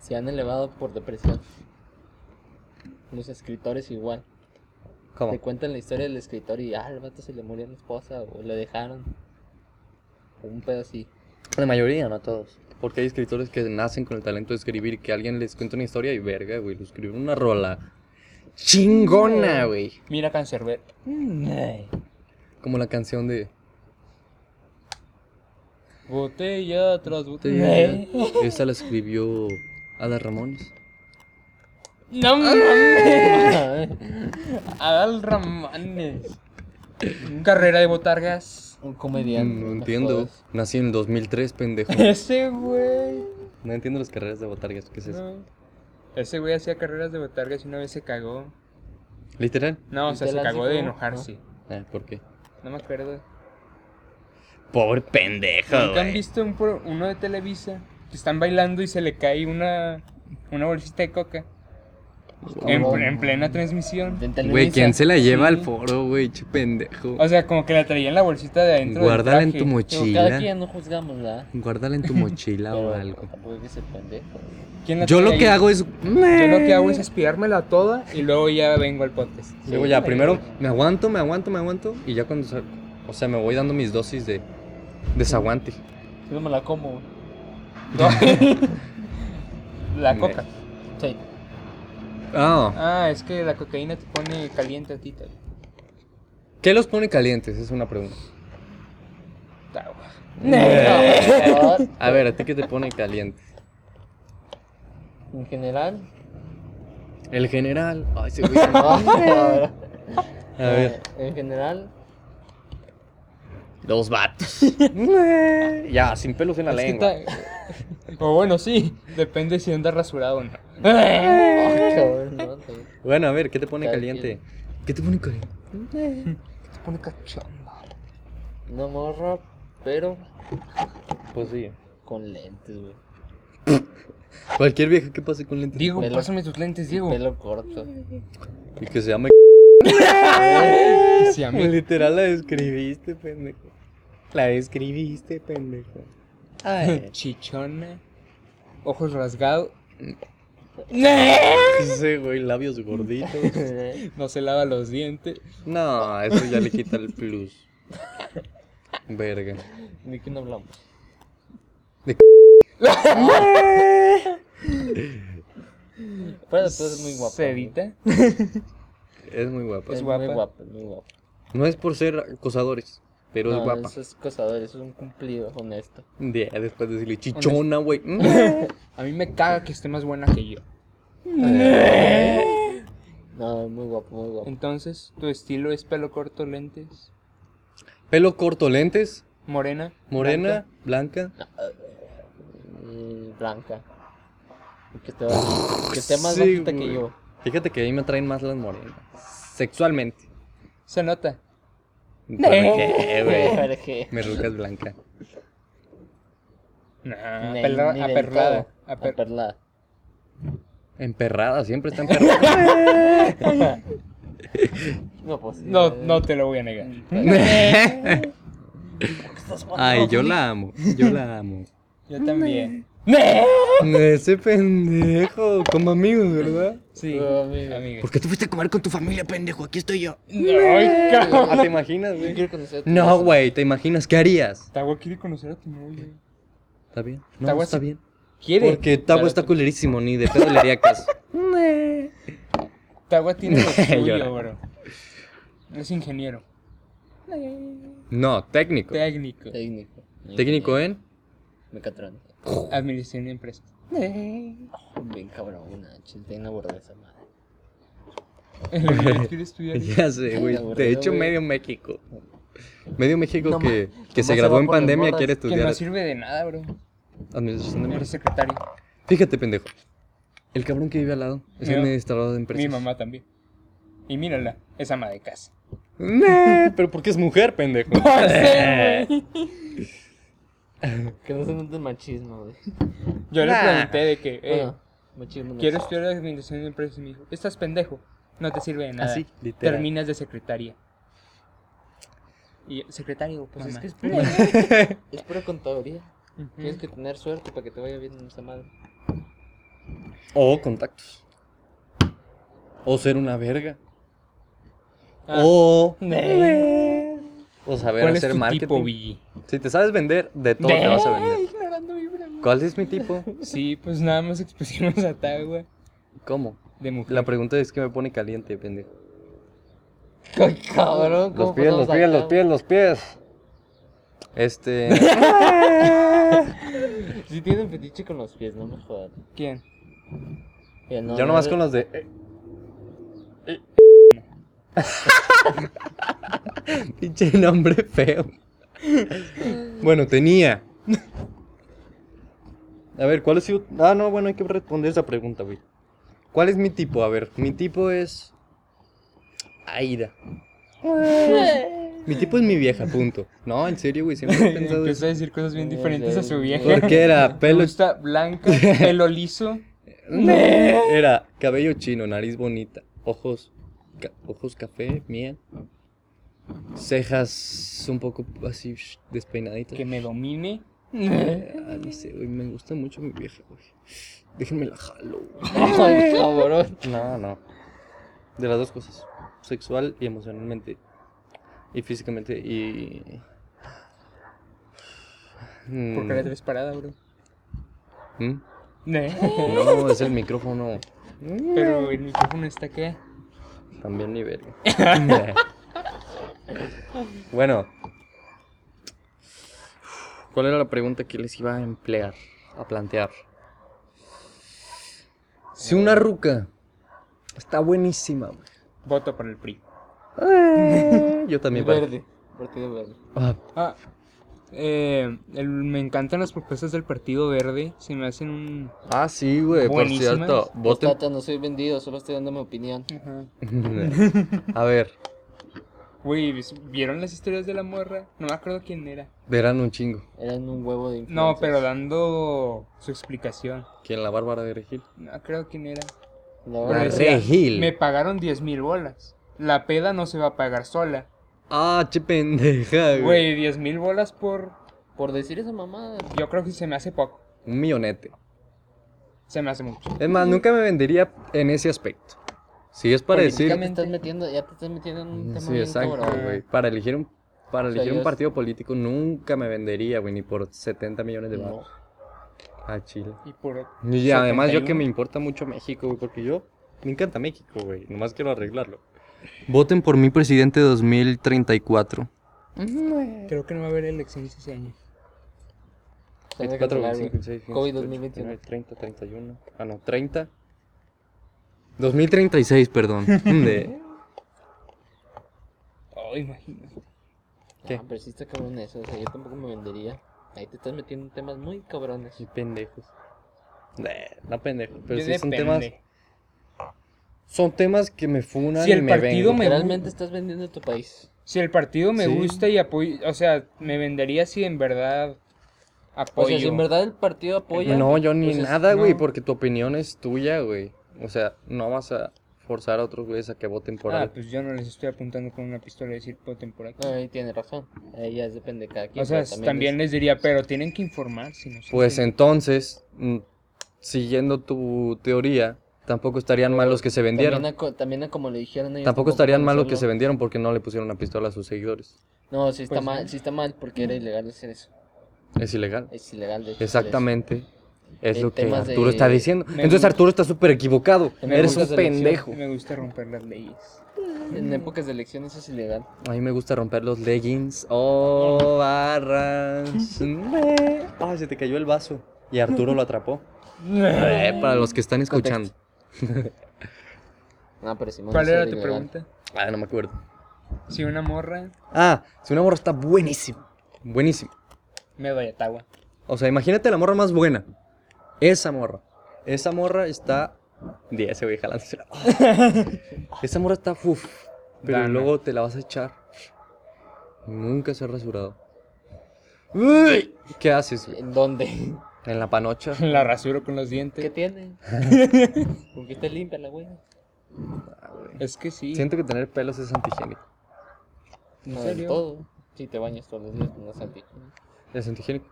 S2: se han elevado por depresión. Los escritores igual.
S1: ¿Cómo?
S2: Te cuentan la historia del escritor y, ah, al vato se le murió la esposa o le dejaron. O un pedo así.
S1: La mayoría, no todos. Porque hay escritores que nacen con el talento de escribir, que alguien les cuenta una historia y verga, güey, lo escribieron una rola chingona, güey.
S3: Mira Cancerber.
S1: Como la canción de
S3: Botella tras botella.
S1: Esta la escribió Ada Ramones.
S3: No mames. Adal Ramones. Carrera de botargas.
S2: un comediante.
S1: Mm, No
S2: me
S1: entiendo.
S2: jodas.
S1: Nací en el 2003, pendejo.
S3: Ese güey.
S1: No entiendo las carreras de botargas, ¿qué es eso?
S3: No. Ese güey hacía carreras de botargas y una vez se cagó.
S1: ¿Literal?
S3: No, o sea, se
S2: Literal,
S3: cagó
S2: sí,
S3: de
S2: ¿no?
S3: enojarse.
S1: Ah, ¿por qué?
S3: No me acuerdo.
S1: Pobre pendejo,
S3: ¿Nunca han
S1: güey.
S3: visto un pro- uno de Televisa? Que están bailando y se le cae una, una bolsita de coca. En,
S2: Cabrón.
S3: en plena transmisión.
S2: En
S1: Güey,
S2: Televisa.
S1: ¿quién se la lleva al
S3: Sí.
S1: foro, güey? Che pendejo.
S3: O sea, como que la traía en la bolsita de adentro. del
S1: Guárdala en tu
S3: traje.
S2: Digo, cada
S1: mochila.
S2: quien no juzgamos, ¿verdad?
S1: Guárdala en tu mochila Ah, o
S2: Pero
S1: algo.
S2: Tampoco es que se pendejo.
S3: ¿Quién la
S1: Yo lo
S3: traía
S1: que
S3: ahí?
S1: hago es.
S3: Yo lo que hago es espiármela toda y luego ya vengo al podcast.
S1: Luego ya, primero me aguanto, me aguanto, me aguanto. Y ya cuando. sal- O sea, me voy dando mis dosis de desaguante.
S2: Yo me la como.
S3: La
S1: Me-
S3: coca.
S2: Sí.
S1: Ah,
S3: Ah, es que la cocaína te pone caliente a ti. te-
S1: ¿qué los pone calientes? Es una pregunta.
S3: ta-
S2: No, por favor.
S1: A ver, ¿a ti qué te pone caliente?
S2: En general,
S1: El general. Ay, se güey. A
S2: Ah,
S1: ver,
S2: Eh, En general,
S1: los vatos. Ya, sin pelos en la
S3: Es que
S1: lengua.
S3: ta- O bueno, sí, depende si andas rasurado o no.
S2: ay, cabrón, no, sí.
S1: Bueno, a ver, ¿qué te pone
S2: Cada
S1: caliente? ¿Qué te pone caliente?
S3: Te pone cachondo.
S2: no morra, pero
S1: Pues sí.
S2: con lentes, güey.
S1: Cualquier vieja que pase con lentes.
S3: Diego,
S2: Pelo-
S3: pásame tus lentes,
S1: Uh.
S3: Diego.
S2: Pelo corto.
S1: Y que se llame.
S3: Que se llame-
S1: Literal la describiste, pendejo. La describiste, pendejo. Ay.
S3: Chichona. Ojos rasgados.
S1: Ese güey, labios gorditos.
S3: No se lava los dientes.
S1: No, eso ya le quita el plus. Verga.
S2: ¿De qué no hablamos? Pero después es muy guapo.
S3: Se
S2: güey.
S3: edita.
S1: Es muy guapa.
S2: Es
S3: guapa.
S2: muy guapo, es muy guapo.
S1: No es por ser acosadores, pero es
S2: No,
S1: guapa.
S2: Eso es cosador, eso es un cumplido honesto.
S1: De- después de decirle chichona, güey. Mm.
S3: A mí me caga que esté más buena que yo.
S2: No, es muy guapo, muy guapo.
S3: Entonces, tu estilo es pelo corto, lentes,
S1: Pelo corto, lentes,
S3: morena,
S1: morena, blanca.
S2: Y blanca. Y Que esté, bajita- que esté más
S1: Sí,
S2: bajita que
S1: güey. Ah,
S2: yo.
S1: Fíjate que ahí me atraen más las morenas. Sexualmente.
S3: blanca. se nota.
S1: ¿Por qué, güey?
S2: Pero que-
S1: Me rucas blanca.
S3: Nah,
S2: ni-
S3: perla-
S2: ni del
S3: aperlada,
S2: todo.
S3: aper-
S2: Aperlada.
S1: Emperrada, siempre está emperrada.
S2: No, pues.
S3: No,
S2: eh,
S3: no te lo voy a negar.
S1: Mm, Ay, yo la amo. Yo la amo.
S3: Yo también.
S1: Ese pendejo, como amigos, ¿verdad?
S3: Sí,
S2: No, amigo.
S3: amigo.
S1: ¿Por qué te fuiste a comer con tu familia, pendejo? Aquí estoy yo.
S3: Ay, cabrón.
S1: Ah, ¿te imaginas,
S2: Yo
S1: güey?
S2: quiero conocer a tu
S1: No,
S2: esposa.
S1: güey, ¿te imaginas? ¿Qué harías?
S3: Tawa quiere conocer a tu novia.
S1: ¿Está bien?
S3: Está
S1: No,
S3: guay,
S1: está
S3: sí.
S1: bien.
S3: ¿Quiere?
S1: Porque Tabo
S2: Claro,
S1: está
S2: tú-
S1: culerísimo, ni de pedo le haría caso.
S3: Tawa tiene lo
S1: Llora.
S3: suyo, bro. Es ingeniero.
S1: No, técnico.
S3: Técnico.
S1: Eh.
S2: Técnico.
S1: Técnico en.
S2: Mecatrónica.
S3: Administración de empresas.
S2: Bien cabrón, ah, una chilena borda esa madre.
S3: El ingeniero quiere estudiar.
S1: Ya sé, güey. De
S2: aburrido,
S1: hecho,
S2: güey.
S1: medio México. Medio México
S2: No
S1: que,
S2: ma-
S1: que
S2: nomás
S1: se
S2: se
S1: graduó
S2: va
S1: en
S2: por las
S1: pandemia
S2: morras
S1: quiere
S3: Que no
S1: estudiar
S3: sirve de nada, bro.
S1: administración de
S3: Eres
S1: empresas.
S3: secretario.
S1: Fíjate, pendejo. El cabrón que vive al lado es
S3: Mi
S1: un
S3: mamá.
S1: administrador de empresas.
S3: Mi mamá también. Y mírala, es ama de casa.
S1: Nah, pero porque es mujer, pendejo.
S3: Eh.
S2: Que no se note el machismo, güey.
S3: Yo
S1: Nah.
S3: le pregunté de que, eh,
S2: Ah, machismo no
S3: ¿quieres
S2: es-
S3: estudiar administración de empresas? Y me dijo, estás pendejo, no te sirve de nada.
S1: Así, Ah, literal.
S3: Terminas de secretaria. Y yo, secretario,
S2: Pues
S3: pues
S2: es que es
S3: es
S2: pura, es pura contaduría.
S3: que
S2: Tienes que tener suerte para que te vaya bien en esa madre.
S1: O contactos. O ser una verga.
S3: Ah.
S1: O.
S3: Nah.
S1: O saber
S3: ¿Cuál es
S1: hacer
S3: tu
S1: marketing.
S3: tipo, Billy?
S1: si te sabes vender, de todo te
S3: Nah,
S1: vas a vender.
S3: ignorando vibra, güey.
S1: ¿Cuál es mi tipo?
S3: Sí, pues nada más expusimos a Tagua
S1: ¿Cómo?
S3: de mujer.
S1: La pregunta es que me pone caliente, pendejo.
S2: Ay, cabrón, ¿cómo
S1: Los pies, los
S2: pasamos
S1: pies,
S2: acá,
S1: los pies, los pies. Este.
S2: güey? Si tienen fetiche con los pies, no me jodan.
S3: ¿Quién?
S2: Mira, no,
S1: Yo
S2: no,
S1: nomás
S2: no.
S1: con los de. eh, eh, Pinche nombre feo. Bueno, tenía. A ver, ¿cuál ha sido.? Ah, no, bueno, hay que responder esa pregunta, güey. ¿Cuál es mi tipo? A ver, mi tipo es. Aida. Mi tipo es mi vieja, punto. No, en serio, güey, siempre he pensado
S3: Empezó
S1: eso.
S3: a decir cosas bien
S2: No
S3: diferentes a
S2: sé,
S3: su
S2: güey.
S3: vieja.
S1: Porque era
S3: Me
S1: pelo.
S3: gusta blanca, pelo liso.
S1: Era cabello chino, nariz bonita, ojos, ca- ojos café, miel, cejas un poco así sh- despeinaditas.
S3: que me domine.
S1: Ah, no sé, güey, me gusta mucho mi vieja, güey. Déjenme la jalo. güey.
S2: Ay, cabrón.
S1: No, no. De las dos cosas, sexual y emocionalmente y físicamente y
S3: ¿Por qué
S1: Mm,
S3: la traes parada, bro?
S1: ¿Mm?
S3: Pero
S1: No, es el micrófono.
S3: el micrófono está acá.
S1: También ni verga. bueno. ¿Cuál era la pregunta que les iba a emplear, a plantear? Si una ruca está buenísima. güey.
S3: Voto por el PRI.
S1: Yo también. padre.
S2: verde. Partido verde.
S1: Ah,
S3: Ah, eh, el- me encantan las propuestas del Partido Verde. Se me hacen un.
S1: ah, sí, güey, por
S3: Buenísimas.
S1: cierto.
S2: Pues,
S1: Voten.
S2: tata, no soy vendido, solo estoy dando mi opinión.
S3: Ajá.
S1: a ver,
S3: Güey, ¿vis- ¿vieron las historias de la morra? No me acuerdo quién era.
S1: verán un chingo.
S2: Eran un huevo de
S3: No,
S2: influencers.
S3: pero dando su explicación.
S1: ¿Quién la Bárbara de Regil?
S3: No me acuerdo quién era.
S2: La
S1: La
S3: Pero
S2: verdad es-
S3: decía,
S1: Regil.
S3: Me pagaron 10 mil bolas. La peda no se va a pagar sola.
S1: Ah, che pendeja, güey.
S3: Güey, 10 mil bolas por.
S2: Por decir esa mamada.
S3: Yo creo que se me hace poco.
S1: Un millonete.
S3: Se me hace mucho.
S1: Es más, nunca me vendería en ese aspecto. Si es para decir. Mm,
S2: Ya te estás metiendo, ya te estás metiendo en un tema
S1: Sí,
S2: bien
S1: exacto,
S2: cabrón.
S1: güey. Para elegir un, para
S2: O sea,
S1: elegir
S2: yo
S1: un
S2: es-
S1: partido político nunca me vendería, güey, ni por 70 millones de
S2: No.
S1: baros a Chile.
S3: Y por.
S1: Y además yo que
S3: 71.
S1: me importa mucho México, güey, porque yo me encanta México, güey. Nomás quiero arreglarlo. Voten por mi presidente 2034.
S3: Creo que no va a haber elecciones ese año.
S2: Tengo que
S1: 24,
S2: cancelar, güey.
S1: 25, 26, 27,
S2: COVID
S1: 29,
S2: 2021.
S1: 30, 31. Ah, no, 30. 2036, perdón. De-
S3: Oh, imagínate.
S1: ¿Qué?
S2: Ah, pero sí está cabrón eso, o sea, yo tampoco me vendería. Ahí te estás metiendo en temas muy cabrones.
S1: Y pendejos. Nah, no pendejos, pero
S3: Yo
S1: sí son
S3: depende.
S1: temas. Son temas que me funan
S3: Si el
S1: y me
S3: partido
S1: vengo.
S3: me-
S2: Realmente estás vendiendo tu país.
S3: Si el partido me
S1: Sí.
S3: gusta y apoyo, o sea, me vendería si en verdad
S2: O
S3: apoyo. Ah,
S2: sea, si en verdad el partido apoya.
S1: No, yo ni
S2: pues es-
S1: nada, güey,
S3: no.
S1: porque tu opinión es tuya, güey. O sea, no vas a forzar a otros güeyes a que voten por
S3: ah,
S1: algo.
S3: pues yo no les estoy apuntando con una pistola y decir voten por aquí.
S2: No, ahí tiene razón. Ahí ya depende de cada quien.
S3: o sea,
S2: pero
S3: también, les diría, pero tienen que informar si no se
S1: Pues
S3: hacen-
S1: entonces, mm, siguiendo tu teoría, tampoco estarían mal los que se vendieron.
S2: También a, co- también a como le dijeron ellos.
S1: Tampoco
S2: como
S1: estarían mal los que se
S2: conocerlo.
S1: vendieron porque no le pusieron una pistola a sus seguidores.
S2: No, sí está
S3: Pues,
S2: mal, sí está mal porque era ilegal hacer eso.
S1: Es ilegal.
S2: Es ilegal, de hecho. hacer eso.
S1: Exactamente. Es
S2: En
S1: lo que
S2: pues, temas
S1: Arturo
S2: de-
S1: está diciendo.
S3: Me
S1: Entonces
S3: gusta-
S1: Arturo está súper equivocado.
S2: Me
S1: Eres
S2: gusta
S1: un
S2: esa elección.
S1: pendejo.
S3: Me gusta romper las leyes.
S2: En épocas de elecciones es ilegal.
S1: A mí me gusta romper los leggings. Oh, barras. Me- Ay, se te cayó el vaso. Y Arturo lo atrapó. Eh, para los que están escuchando.
S2: No, pero Simón.
S3: ¿Cuál
S2: sí
S3: era tu
S2: ilegal.
S3: pregunta?
S1: Ah, no me acuerdo.
S3: Si una morra
S1: Ah, si una morra está buenísima. Buenísima.
S3: me vaya a Tagua.
S1: O sea, imagínate la morra más buena. Esa morra. Esa morra está. 10, güey, jalándosela. Esa morra está. Uf, pero
S3: Dana.
S1: luego te la vas a echar. Nunca se ha rasurado. Uy, ¿Qué haces, güey?
S2: ¿En dónde?
S1: En la panocha.
S3: La rasuro con los
S2: ¿Qué
S3: dientes.
S2: tiene? ¿Con qué está limpia la güey?
S3: Es que sí.
S1: Siento que tener pelos es antihigiénico.
S3: ¿En
S2: No, del
S3: serio?
S2: todo. Si te bañas todos los días pues, con una santísima.
S1: Es antihigiénico.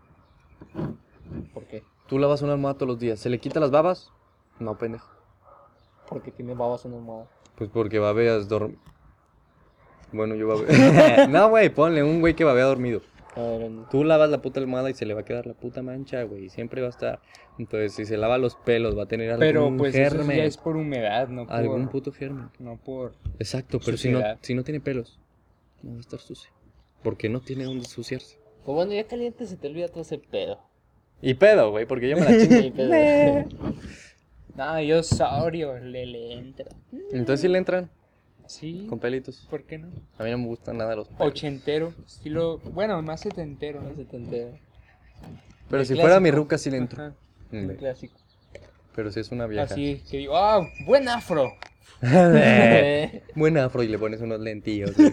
S2: ¿Por qué?
S1: Tú lavas una almohada todos los días. ¿Se le quita las babas? No, pendejo.
S2: Porque tiene babas en almohada.
S1: Pues porque babeas dormido. Bueno, yo babeo. no, güey, ponle un güey que babea dormido.
S2: A ver, en-
S1: Tú lavas la puta almohada y se le va a quedar la puta mancha, güey. y Siempre va a estar. Entonces, si se lava los pelos, va a tener algún
S3: Pero pues eso
S1: germen.
S3: ya es por humedad, no
S1: Algún
S3: por...
S1: puto germen.
S3: No por...
S1: Exacto, pero si no,
S3: Suciedad.
S1: si no tiene pelos, no va a estar sucio. Porque no tiene dónde suciarse.
S2: Pues bueno, ya caliente se te olvida todo ese pedo.
S1: Y pedo, güey, porque yo me la
S2: Sí, pedo.
S3: No, Ah, yo saurio, le, le entra.
S1: Entonces, si le entran
S3: Sí,
S1: con pelitos.
S3: ¿por qué no?
S1: A mí no me gustan nada los pelos.
S3: Ochentero, estilo... Bueno, más setentero, ¿no?
S2: No se te entera.
S1: Pero
S2: el
S1: si fuera mi
S2: clásico.
S1: ruca, sí le entro.
S3: Ajá,
S2: Un
S1: Mm,
S2: clásico.
S1: Pero si es una vieja.
S3: Así, que digo, ¡ah, buen afro!
S1: Buen afro y le pones unos lentillos. güey.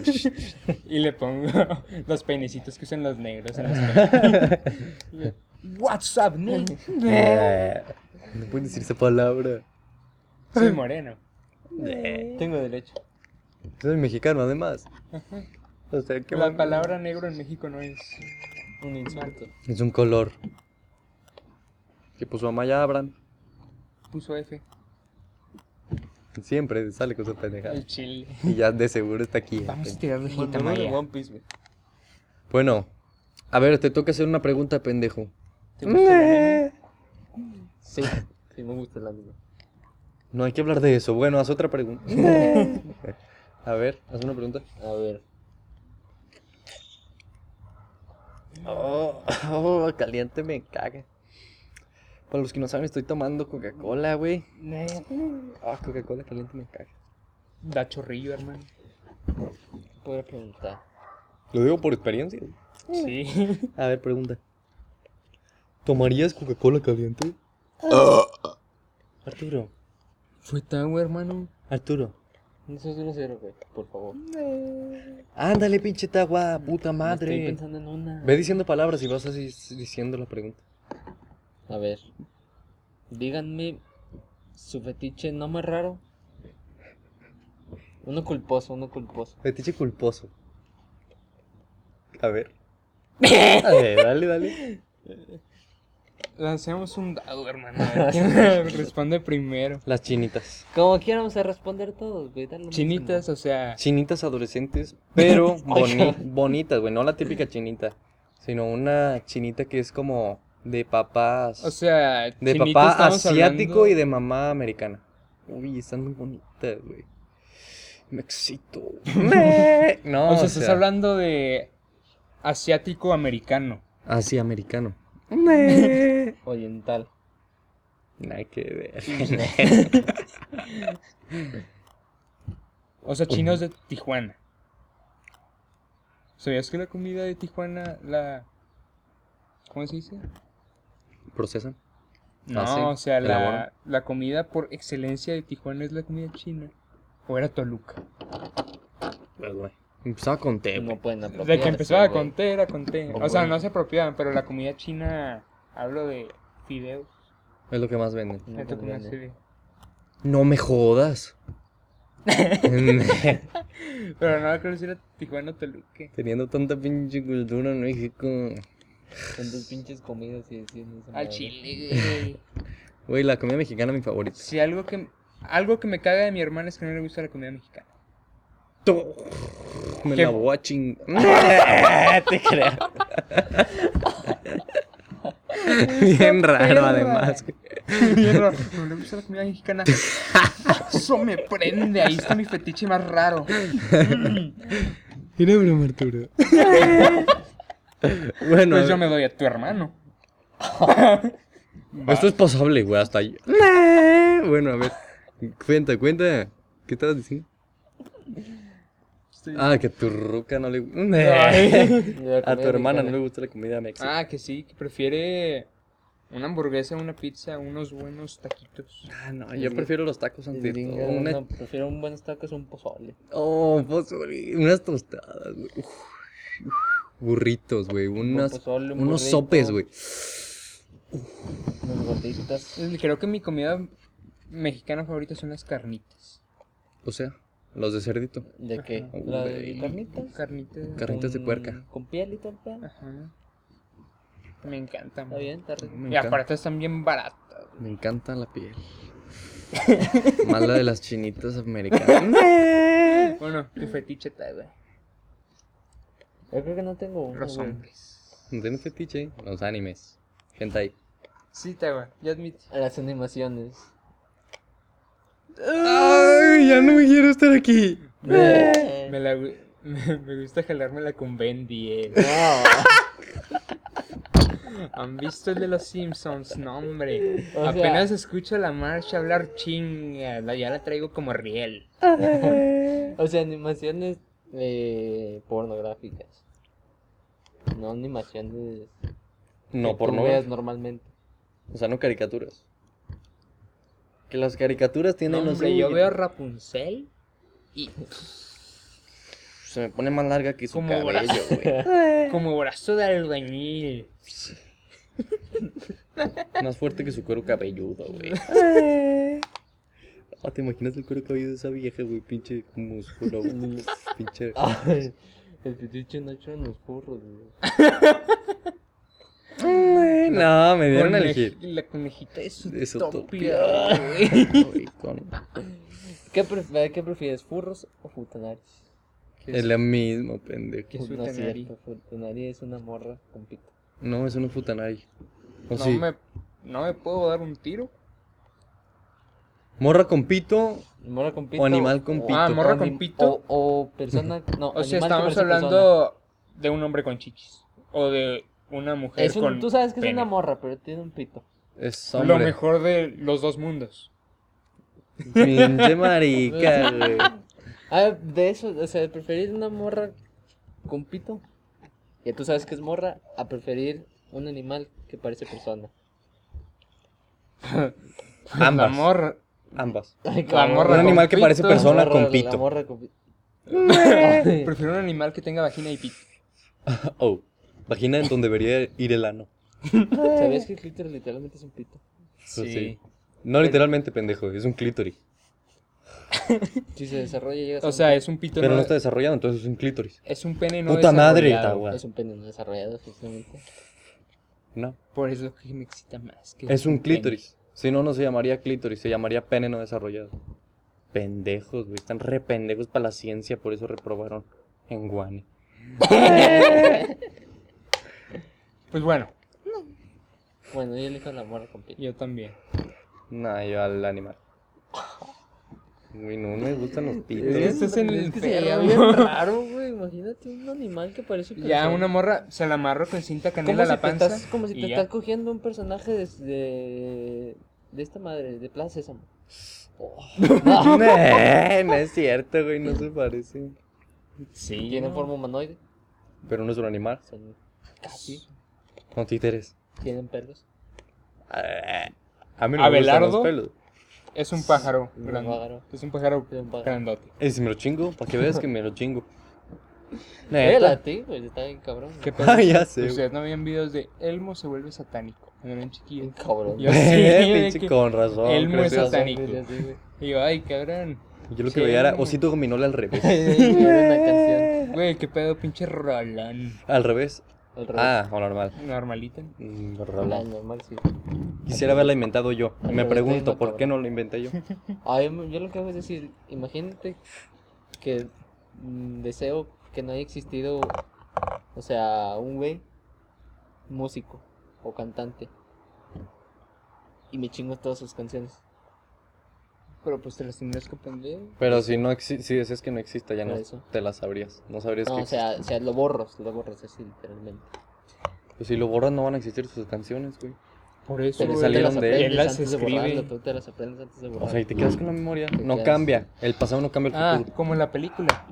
S3: Y le pongo los peinecitos que usan los negros en las pelucas. What's up, nigga?
S1: no pueden decir esa palabra.
S3: Soy moreno. Eh,
S2: Tengo derecho.
S1: Soy mexicano, además. O sea, qué
S3: la
S1: mal-
S3: palabra negro en México no es...
S2: Un insulto.
S1: Es un color. Que pues, puso Amaya Abram.
S3: Puso F,
S1: Siempre sale con su pendejada.
S3: el chile.
S1: Y ya de seguro está aquí. eh.
S3: Vamos a tirarle hate a
S2: Bueno,
S3: Maya.
S2: en One Piece, güey.
S1: Bueno, a ver, te toca hacer una pregunta, pendejo.
S3: ¿Te gusta el anime?
S2: Sí, sí me gusta el anime.
S1: No hay que hablar de eso. Bueno, haz otra pregunta. a ver, haz una pregunta.
S2: A ver.
S1: Oh, oh, caliente me caga. Para los que no saben, estoy tomando Coca-Cola, güey. Ah, Coca-Cola caliente me caga.
S3: Da chorrillo, hermano.
S2: Podría preguntar.
S1: Lo digo por experiencia.
S3: Sí.
S1: A ver, pregunta. ¿Tomarías Coca-Cola caliente? Arturo,
S2: Fue tan, güey, hermano.
S1: Arturo.
S2: No seas grosero, güey. Por favor.
S1: Ándale, pinche tagua, puta
S2: Estoy
S1: madre.
S2: pensando en una.
S1: Ve diciendo palabras y vas así diciendo la pregunta.
S2: A ver. Díganme su fetiche no más raro. Uno culposo, uno culposo.
S1: Fetiche culposo. A ver. A ver, dale, dale.
S3: Lancemos un dado, hermano. a ver ¿Quién responde primero?
S1: Las chinitas.
S2: Como quieramos a responder todos, güey. dale lo mismo.
S3: Chinitas, o sea,
S1: Chinitas adolescentes, pero boni- bonitas, güey. No la típica chinita, sino una chinita que es como de papás.
S3: o sea,
S1: De
S3: chinitas
S1: papá
S3: estamos
S1: asiático
S3: hablando-
S1: y de mamá americana. Uy, están muy bonitas, güey. Me excito. Me- no,
S3: o sea, estás hablando de asiático americano.
S1: Así, americano.
S2: Oriental.
S1: Nada que ver.
S3: O sea, chinos de Tijuana. ¿Sabías que la comida de Tijuana la ¿Cómo se dice?
S1: ¿Procesan?
S3: No,
S1: Ah, sí,
S3: o sea,
S1: elaboran.
S3: la, la comida por excelencia de Tijuana es la comida china. O era Toluca.
S1: Pues, güey. Empezaba con té, güey.
S2: No pueden apropiarse.
S3: De que empezaba
S2: güey.
S3: con té, era con té.
S2: Oh,
S3: O sea,
S2: güey.
S3: no se apropiaban, pero la comida china, hablo de fideos.
S1: Es lo que más venden.
S2: No
S3: me tocó una
S2: comprendo.
S3: serie.
S1: No me jodas.
S3: Pero no, creo que era Tijuana o Toluca.
S1: Teniendo tanta pinche cultura en México.
S2: Con tus pinches comidas y diciendo esa
S3: Al
S2: madre.
S3: chile, güey.
S1: Güey, la comida mexicana es mi favorita.
S3: Sí, algo que, algo que me caga de mi hermana es que no le gusta la comida mexicana.
S1: Me
S3: ¿Qué?
S1: la voy a ching- Te creas. Bien raro,
S3: perra.
S1: además.
S3: Mierda, no le gusta la comida mexicana. Eso me prende, ahí está mi fetiche más raro.
S1: Tiene broma, Arturo. bueno,
S3: Pues yo me doy a tu hermano. Va.
S1: esto es pasable, güey, hasta ahí. Bueno, a ver. Cuenta, cuenta. ¿Qué estabas diciendo?
S3: Estoy-
S1: Ah, que tu ruca no le
S3: Ay.
S2: Y la
S1: A tu
S2: comida
S1: hermana no
S2: mexicana.
S1: le gusta la comida mexicana.
S3: Ah, que sí, que prefiere una hamburguesa, una pizza, unos buenos taquitos.
S1: Ah, no, yo prefiero los tacos ante todo.
S2: Gringa,
S1: Una-
S2: no, prefiero un buen tacos a un pozole.
S1: Oh, pozole, unas tostadas, güey. Uf, uf, burritos, güey. Unas,
S2: pozole, un
S1: unos
S2: burrito.
S1: sopes, güey.
S2: Unos gorditas.
S3: Creo que mi comida mexicana favorita son las carnitas.
S1: O sea, los de cerdito.
S2: ¿De qué?
S1: Ajá.
S2: ¿La
S1: Güey.
S2: de carnitas?
S3: Carnitas.
S1: Carnitas de
S2: Con-
S1: puerca.
S2: Con piel y todo el pedo.
S3: Ajá. Me encantan.
S2: Está bien, está rico.
S1: Me
S3: Y
S1: encanta.
S3: aparte están bien baratas.
S1: Me encanta la piel. Más la de las chinitas americanas.
S3: Bueno, tu fetiche está, güey.
S2: Yo creo que no tengo uno,
S3: Los
S2: güey.
S3: hombres.
S1: No tiene fetiche, los animes. Gente ahí.
S3: Sí, está, güey. Ya admito.
S2: Las animaciones.
S1: Ay, ya no quiero estar aquí.
S2: Eh.
S3: Me, la, gu- me, me gusta jalármela con Ben 10.
S2: No.
S3: ¿Han visto el de los Simpsons? No, hombre.
S2: O sea-
S3: Apenas escucho a la marcha hablar chinga. la- Ya la traigo como riel.
S2: O sea, animaciones eh, pornográficas. No animaciones.
S1: No,
S2: por
S1: por no.
S2: veas normalmente.
S1: O sea, no caricaturas. Que las caricaturas
S3: No,
S1: tienen, no,
S3: hombre,
S1: sé,
S3: yo veo Rapunzel y
S1: Se me pone más larga que su
S3: Como
S1: cabello,
S3: brazo.
S1: güey.
S3: como brazo de albañil.
S1: Más fuerte que su cuero cabelludo, güey. Ah, ¿te imaginas el cuero cabelludo de esa vieja, güey? Pinche músculo, güey. Pinche...
S3: Ah,
S2: Ay, el fetiche Nacho en los burros, güey.
S1: No, me dieron a
S3: Conej-
S1: elegir.
S3: La conejita de su
S1: De Ah, Zootopia.
S3: güey.
S1: Ay, con-
S2: ¿Qué, pref- ¿Qué prefieres, furros o futanaris?
S1: Es lo mismo, pendejo.
S3: ¿Qué es
S2: Pues, No es
S3: Futanari?
S2: cierto, Futanari es una morra con pito.
S1: No, eso no es futanari. ¿O
S3: No,
S1: sí?
S3: me, no me puedo dar un tiro.
S1: Morra con pito.
S2: Morra con pito.
S1: O animal con pito.
S3: Ah, morra con
S2: anim-
S3: pito.
S2: O, o persona. No,
S3: O sea,
S2: animal que
S3: estamos
S2: parece
S3: hablando de un hombre con chichis. O de una mujer
S2: persona. Es un-
S3: con.
S2: tú sabes que es
S3: pene.
S2: una morra, pero tiene un pito.
S1: Es
S3: Lo
S1: hombre.
S3: mejor de los dos mundos.
S1: Pinche marica, güey.
S2: Ah, de eso, o sea, de preferir una morra con pito. Ya tú sabes que es morra, a preferir un animal que parece persona.
S1: Ambas.
S3: La morra.
S1: Ambas.
S2: Ay,
S3: La
S2: cabrón.
S3: morra
S1: Un
S3: con
S1: animal que parece
S3: pito.
S1: persona
S2: La morra-
S1: con
S2: La
S1: pito.
S2: morra con pito.
S3: Prefiero un animal que tenga vagina y pito.
S1: Oh. Vagina en donde debería ir el ano.
S2: ¿Sabías que el clítoris literalmente es un pito?
S1: Eso sí. No literalmente, pendejo. Es un clítoris.
S2: Si se desarrolla, llegas a
S3: O
S2: un
S3: sea, es un pito.
S1: Pero
S3: no-
S1: no está desarrollado, entonces es un clítoris.
S3: Es un pene no
S1: Puta madre,
S3: desarrollado.
S1: Tawa.
S2: Es un pene no desarrollado, justamente.
S1: No.
S3: Por eso es lo que me excita más. que
S1: Es un
S3: pene.
S1: clítoris. Si no, no se llamaría clítoris, se llamaría pene no desarrollado. Pendejos, güey. Están re pendejos para la ciencia, por eso reprobaron en Guane.
S3: Pues bueno,
S2: Bueno, yo elijo la morra con pito.
S3: yo también.
S1: No, yo al animal. Güey, no me gustan los
S3: Es-
S1: pitos.
S3: Estás en
S2: Es
S3: el
S2: que sería
S3: perro.
S2: bien raro, güey. Imagínate un animal que parece
S3: Ya
S2: persona.
S3: una morra se la amarro con cinta
S2: como
S3: canela a
S2: si
S3: la
S2: te
S3: panza.
S2: estás, como si
S3: y
S2: te
S3: ya.
S2: estás cogiendo un personaje de, de, de esta madre, de Plaza Sésamo. Oh,
S1: No, no es cierto, güey, no se parecen.
S3: Sí,
S2: Tiene
S3: ¿no?
S2: forma humanoide,
S1: Pero no es un animal,
S2: son casi,
S1: no títeres.
S2: tienen pelos.
S1: Ah, A mí no me gustan
S3: Abelardo.
S1: los pelos.
S3: Es un pájaro
S2: Un
S3: grande.
S2: pájaro.
S3: Es un pájaro
S2: Es un pájaro.
S3: grandote.
S1: Y si me lo chingo, para que veas que me lo chingo. Neta.
S2: Mírala a ti, güey, está bien cabrón.
S3: ¿Qué
S2: güey.
S3: pedo?
S1: Ah, ya sé,
S3: Ustedes no veían videos de Elmo se vuelve satánico. Cuando
S2: Bien
S3: eran chiquillos.
S2: cabrón.
S3: Yo sí, de
S1: Pinche
S3: que
S1: con razón.
S3: Elmo es
S1: creció.
S3: satánico.
S2: Sí, sí, güey.
S3: Y yo, ay, cabrón.
S1: Yo lo que
S3: Sí.
S1: veía era Osito Gominola al revés.
S2: Era una canción.
S3: Güey, qué pedo, pinche Rolón.
S1: Al revés.
S2: Al revés.
S1: Ah, o normal.
S3: Normalita.
S1: Mm,
S2: La
S1: normal.
S2: normal, sí.
S1: Quisiera haberla inventado yo.
S2: Al
S1: Me
S2: revés,
S1: pregunto,
S2: tengo
S1: ¿por
S2: todo.
S1: qué no la inventé yo?
S2: Ay, m- yo lo que hago es decir, imagínate que mm, deseo que no haya existido, o sea, un güey músico o cantante. Y me chingo todas sus canciones.
S3: Pero pues te las tendrías que aprender.
S1: Pero si no exi- si decías que no exista, ya no
S2: Por eso.
S1: te la sabrías. No sabrías
S2: no,
S1: que
S2: o sea, o sea, lo borras, lo borras así literalmente.
S1: existe. Pues si lo borras, no van a existir sus canciones, güey.
S3: Por eso,
S1: Pero
S3: güey.
S1: salieron
S2: las
S1: de él.
S2: aprendes
S3: Él las
S2: antes de
S3: escribe.
S2: borrarlo, tú te las aprendes antes de
S1: O sea, y
S2: borrarlo.
S1: te quedas con la memoria.
S2: Te
S1: No
S2: quedas.
S1: cambia. El pasado no cambia el
S3: Ah,
S1: futuro.
S3: como en la película.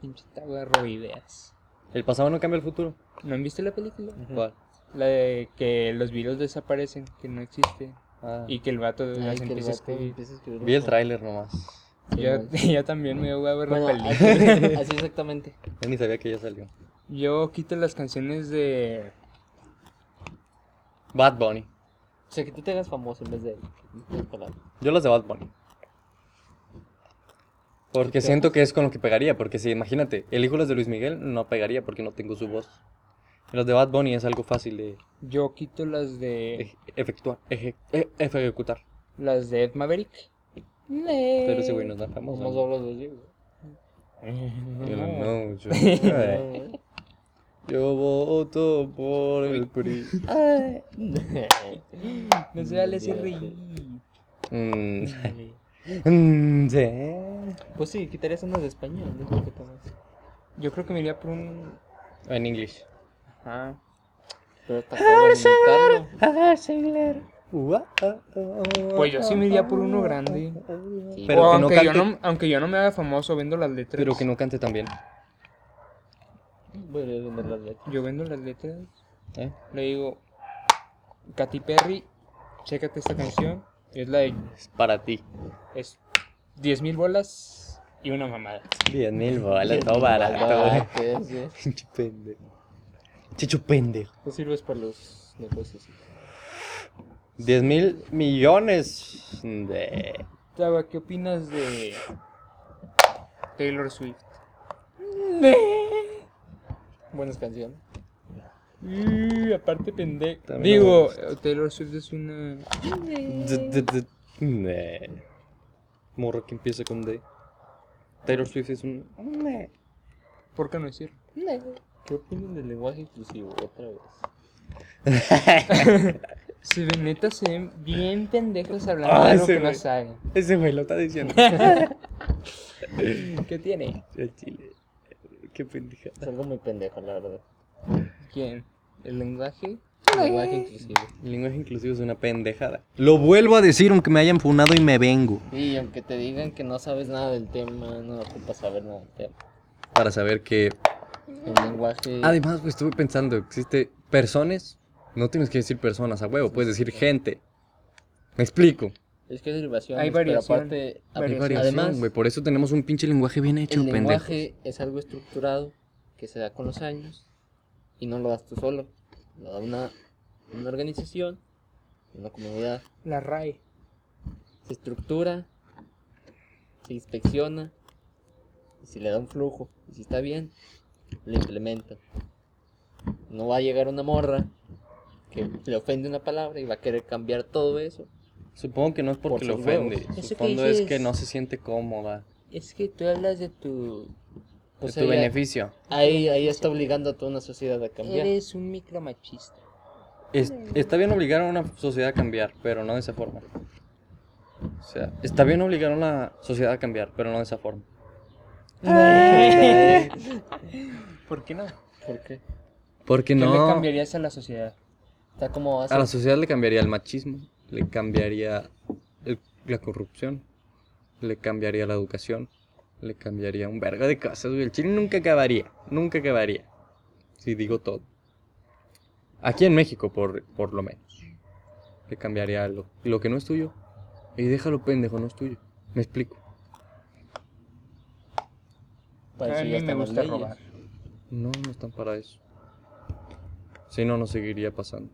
S3: Pinche tabarro ideas.
S1: El pasado no cambia el futuro.
S3: ¿No han visto la película?
S2: Ujú.
S1: ¿Cuál?
S3: La de que los virus desaparecen, que no existen.
S1: Ah,
S3: Y que el vato de
S2: Ay,
S3: las
S2: que el
S3: empieza a
S2: vato
S3: escribir.
S2: empieza a escribir
S1: Vi el
S2: una-
S1: tráiler nomás.
S2: Sí,
S3: Yo,
S2: man.
S3: yo también me voy a ver
S2: Bueno,
S3: la película.
S2: así, así exactamente.
S1: Yo ni sabía que ya salió.
S3: Yo quito las canciones de.
S1: Bad Bunny.
S2: O sea, que tú te hagas famoso en vez de él.
S1: Yo las de Bad Bunny. Porque siento que es con lo que pegaría. Porque si, imagínate, elijo las de Luis Miguel, no pegaría porque no tengo su voz. Y Las de Bad Bunny es algo fácil de
S3: Yo quito las de.
S1: eje- efectuar, eje- e- ejecutar.
S3: Las de Ed Maverick.
S1: Pero ese güey no es tan
S2: Vamos
S1: famoso.
S2: a
S1: ¿no?
S2: hablar de ello, güey.
S1: Yo
S3: No,
S1: no, no, yo, eh,
S2: Ay.
S1: yo voto por el PRI.
S3: no se vale ese
S1: Mm, mm, sí.
S2: Pues sí, quitarías unas de español, yo creo que tomas.
S3: Yo creo que me iría por un.
S1: En inglés.
S3: Ajá.
S2: Pero está
S1: Ah,
S2: cabrón imitarlo.
S3: Ah, Pues yo sí me iría por uno grande.
S2: Sí,
S1: Pero
S3: O
S1: que no
S3: aunque, yo
S1: cante.
S3: no, aunque yo no me haga famoso, vendo las letras.
S1: Pero que no cante tan bien.
S2: Voy a vender las letras.
S3: Yo vendo las letras.
S1: ¿eh?
S3: Le digo, Katy Perry, chécate esta canción. Es la de.
S1: Es para ti.
S3: Es 10 mil bolas y una mamada.
S1: 10 mil bolas, todo barato.
S2: Ah, que es, sí.
S1: Pinche pendejo. Chicho pendejo.
S2: Tú sirves para los negocios.
S1: 10 mil millones de.
S3: Taba, ¿qué opinas de Taylor Swift?
S2: Buenas canciones.
S3: Y aparte pendejo.
S1: También
S3: Digo, Eh, Taylor Swift es una.
S1: de- de- de- de- Morro que empieza con D. Taylor Swift es un.
S3: ¿Por qué no decir?
S2: ¿Qué opinan del lenguaje inclusivo? Otra vez.
S3: Se ven, neta, se ven bien pendejos hablando
S1: Ah,
S3: de algo
S1: ese
S3: que no
S1: güey.
S3: saben.
S1: Ese güey lo está diciendo.
S3: ¿Qué tiene?
S1: El chile. Qué pendeja.
S2: Es algo muy pendejo, la verdad.
S3: ¿Quién? ¿El lenguaje?
S2: lenguaje inclusivo.
S1: El lenguaje inclusivo es una pendejada. Lo vuelvo a decir aunque me hayan funado y me vengo.
S2: Y aunque te digan que no sabes nada del tema, no ocupas saber nada del tema.
S1: Para saber que.
S2: El lenguaje.
S1: Además, güey, estuve pensando, existe personas. No tienes que decir personas a huevo, puedes decir gente. Me explico.
S2: Es que es derivaciones,
S3: Hay
S2: pero
S3: variación.
S2: aparte,
S3: Hay
S1: Hay
S2: aparte-
S1: variación,
S2: además,
S1: güey, Por eso tenemos un pinche lenguaje bien hecho,
S2: el
S1: pendejo.
S2: lenguaje es algo estructurado que se da con los años y no lo das tú solo, lo da una, una organización, una comunidad,
S3: La RAE.
S2: se estructura, se inspecciona y se le da un flujo y si está bien, lo implementa. No va a llegar una morra que le ofende una palabra y va a querer cambiar todo eso.
S1: Supongo que no es porque
S2: Por
S1: lo
S2: sus huevos.
S1: ofende.
S2: Eso que
S1: Supongo es que
S2: dices-
S1: no se siente cómoda.
S2: Es que tú hablas de tu...
S1: De
S2: o
S1: tu
S2: sea, ya-
S1: beneficio.
S2: Pues Ahí, ahí está obligando a toda una sociedad a cambiar.
S3: Eres un micromachista.
S1: Es- está bien obligar a una sociedad a cambiar, pero no de esa forma. O sea, está bien obligar a una sociedad a cambiar, pero no de esa forma.
S3: ¿Por qué no?
S2: ¿Por qué?
S1: Porque
S3: ¿Qué le
S1: no.
S3: cambiarías a la sociedad?
S2: Está como hace
S1: A la sociedad le cambiaría el machismo, le cambiaría el- la corrupción, le cambiaría la educación, le cambiaría un verga de cosas, güey. El chile nunca acabaría, nunca acabaría. Si digo todo. Aquí en México, por, por lo menos. Le cambiaría lo, lo que no es tuyo. Y déjalo pendejo, no es tuyo. Me explico.
S2: para
S3: a
S2: eso ya
S3: mí me
S2: están las
S3: gusta
S2: leyes.
S3: robar.
S1: No, no están para eso. Si no, no seguiría pasando.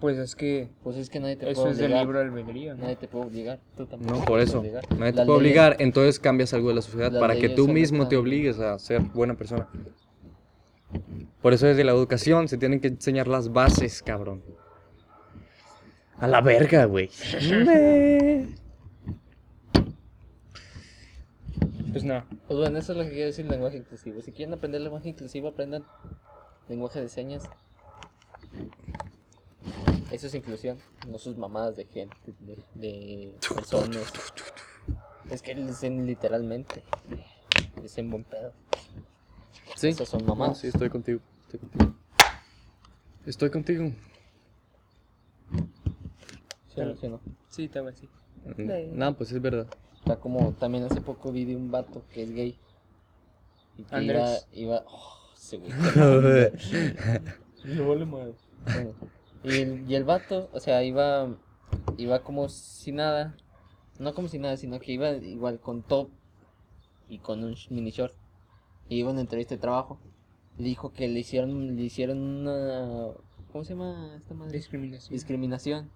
S3: pues es que
S2: Pues es que nadie te
S3: eso
S2: puede
S3: es del
S2: obligar.
S3: libro albedrío. ¿no?
S2: Nadie te puede obligar. Tú tampoco.
S1: No,
S2: te
S1: por
S2: puedes
S1: eso.
S2: obligar.
S1: Nadie te
S2: Las
S1: puede
S2: leyes-
S1: obligar, entonces cambias algo de la sociedad
S2: las
S1: para que
S2: leyes
S1: tú
S2: son
S1: mismo te
S2: las-
S1: obligues a ser buena persona. Por eso desde la educación se tienen que enseñar las bases, cabrón. A la verga, güey.
S3: Pues no.
S2: Pues bueno, eso es lo que quiero decir lenguaje inclusivo. Si quieren aprender lenguaje inclusivo, aprendan lenguaje de señas. Eso es inclusión, no sus mamadas de gente, de, de personas. Es que les dicen literalmente. Dicen buen pedo.
S1: Sí.
S2: Esas son
S1: No,
S2: mamadas.
S1: sí, estoy contigo. Estoy contigo. Estoy contigo.
S2: Sí, no, sí, no.
S3: Sí, tal vez sí.
S2: Sí.
S1: No, pues es verdad.
S2: Está como también hace poco vi de un vato que es gay. Y que
S3: Andrés.
S2: Iba, iba. Oh, ese güey.
S3: Luego le mueves.
S2: Bueno, Y el, y el vato, o sea, iba, iba como si nada. No como si nada, sino que iba igual con top y con un sh- mini short. Y iba a una entrevista de trabajo. Y dijo que le hicieron, le hicieron una... ¿Cómo se llama esta madre?
S3: Discriminación.
S2: Discriminación.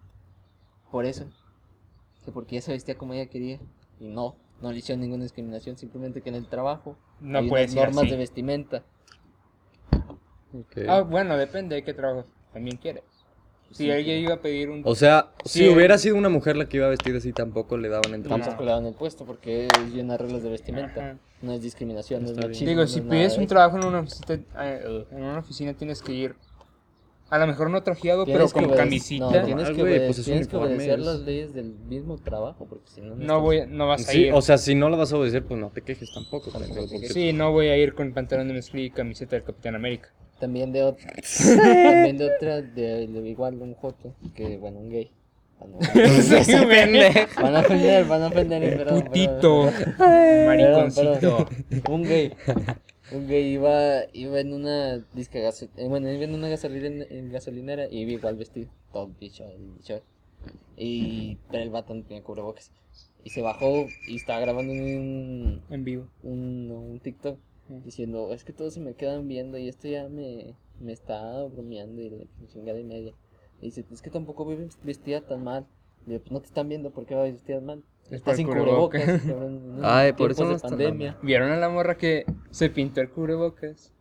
S2: Por eso. Que porque ella se vestía como ella quería. Y no, no le hicieron ninguna discriminación. Simplemente que en el trabajo
S3: No
S2: hay
S3: puede
S2: unas
S3: ser
S2: normas
S3: así.
S2: de vestimenta.
S1: Ok.
S3: Ah, bueno, depende de qué trabajo también quieres.
S2: Pues
S3: Si ella iba a pedir un...
S1: O sea, si
S3: Sí.
S1: hubiera sido una mujer la que iba vestida así, tampoco le daban entrada.
S2: Tampoco le dan el puesto porque es llena de reglas de vestimenta.
S3: Ajá.
S2: No es discriminación, no es
S1: Está bien.
S2: machismo.
S3: Digo,
S2: no
S3: si
S2: es nada
S3: pides
S2: de
S3: un
S2: eso.
S3: trabajo en una oficina, eh, en una oficina tienes que ir. A lo mejor no trajeado, pero
S2: Tienes que
S3: con
S2: obedec- No,
S3: camisita. No,
S2: tienes
S1: Normal,
S2: que,
S1: güey,
S2: obede-
S1: pues es
S2: tienes que
S1: uniforme,
S2: obedecer
S1: es-
S2: las leyes del mismo trabajo, porque si no,
S3: voy, no vas a
S1: Sí,
S3: ir.
S1: o sea, si no la vas a obedecer, pues no te quejes tampoco. pendejo, porque-
S3: sí, no voy a ir con pantalón de mezclilla y camiseta del Capitán América.
S2: estás- También de otra. también de otra, de, de igual un joto, que bueno, un gay. Ah, no.
S3: Sí, güey.
S2: Van a ofender, van a ofender, perdón,
S3: Putito.
S2: perdón, perdón,
S3: Mariconcito.
S2: perdón. Un gay. Un gay iba, iba en una disca gaso- eh, bueno, iba en una gasolina- en gasolinera y iba igual vestido, todo bicho, bicho. Y pero el vato no tenía cubrebocas. Y se bajó y estaba grabando un,
S3: En vivo.
S2: un, un TikTok diciendo, es que todos se me quedan viendo y esto ya me, me está bromeando y la chingada y media. Y dice, es que tampoco voy vestida tan mal. Le digo, pues no te están viendo porque vas vestida mal.
S3: Es por
S2: Estás sin
S3: el cubrebocas".
S2: cubrebocas. cabrón, en
S1: Ay, por
S2: tiempos
S1: eso no
S2: de
S1: está-
S2: pandemia.
S3: ¿Vieron a la morra que se pintó el cubrebocas?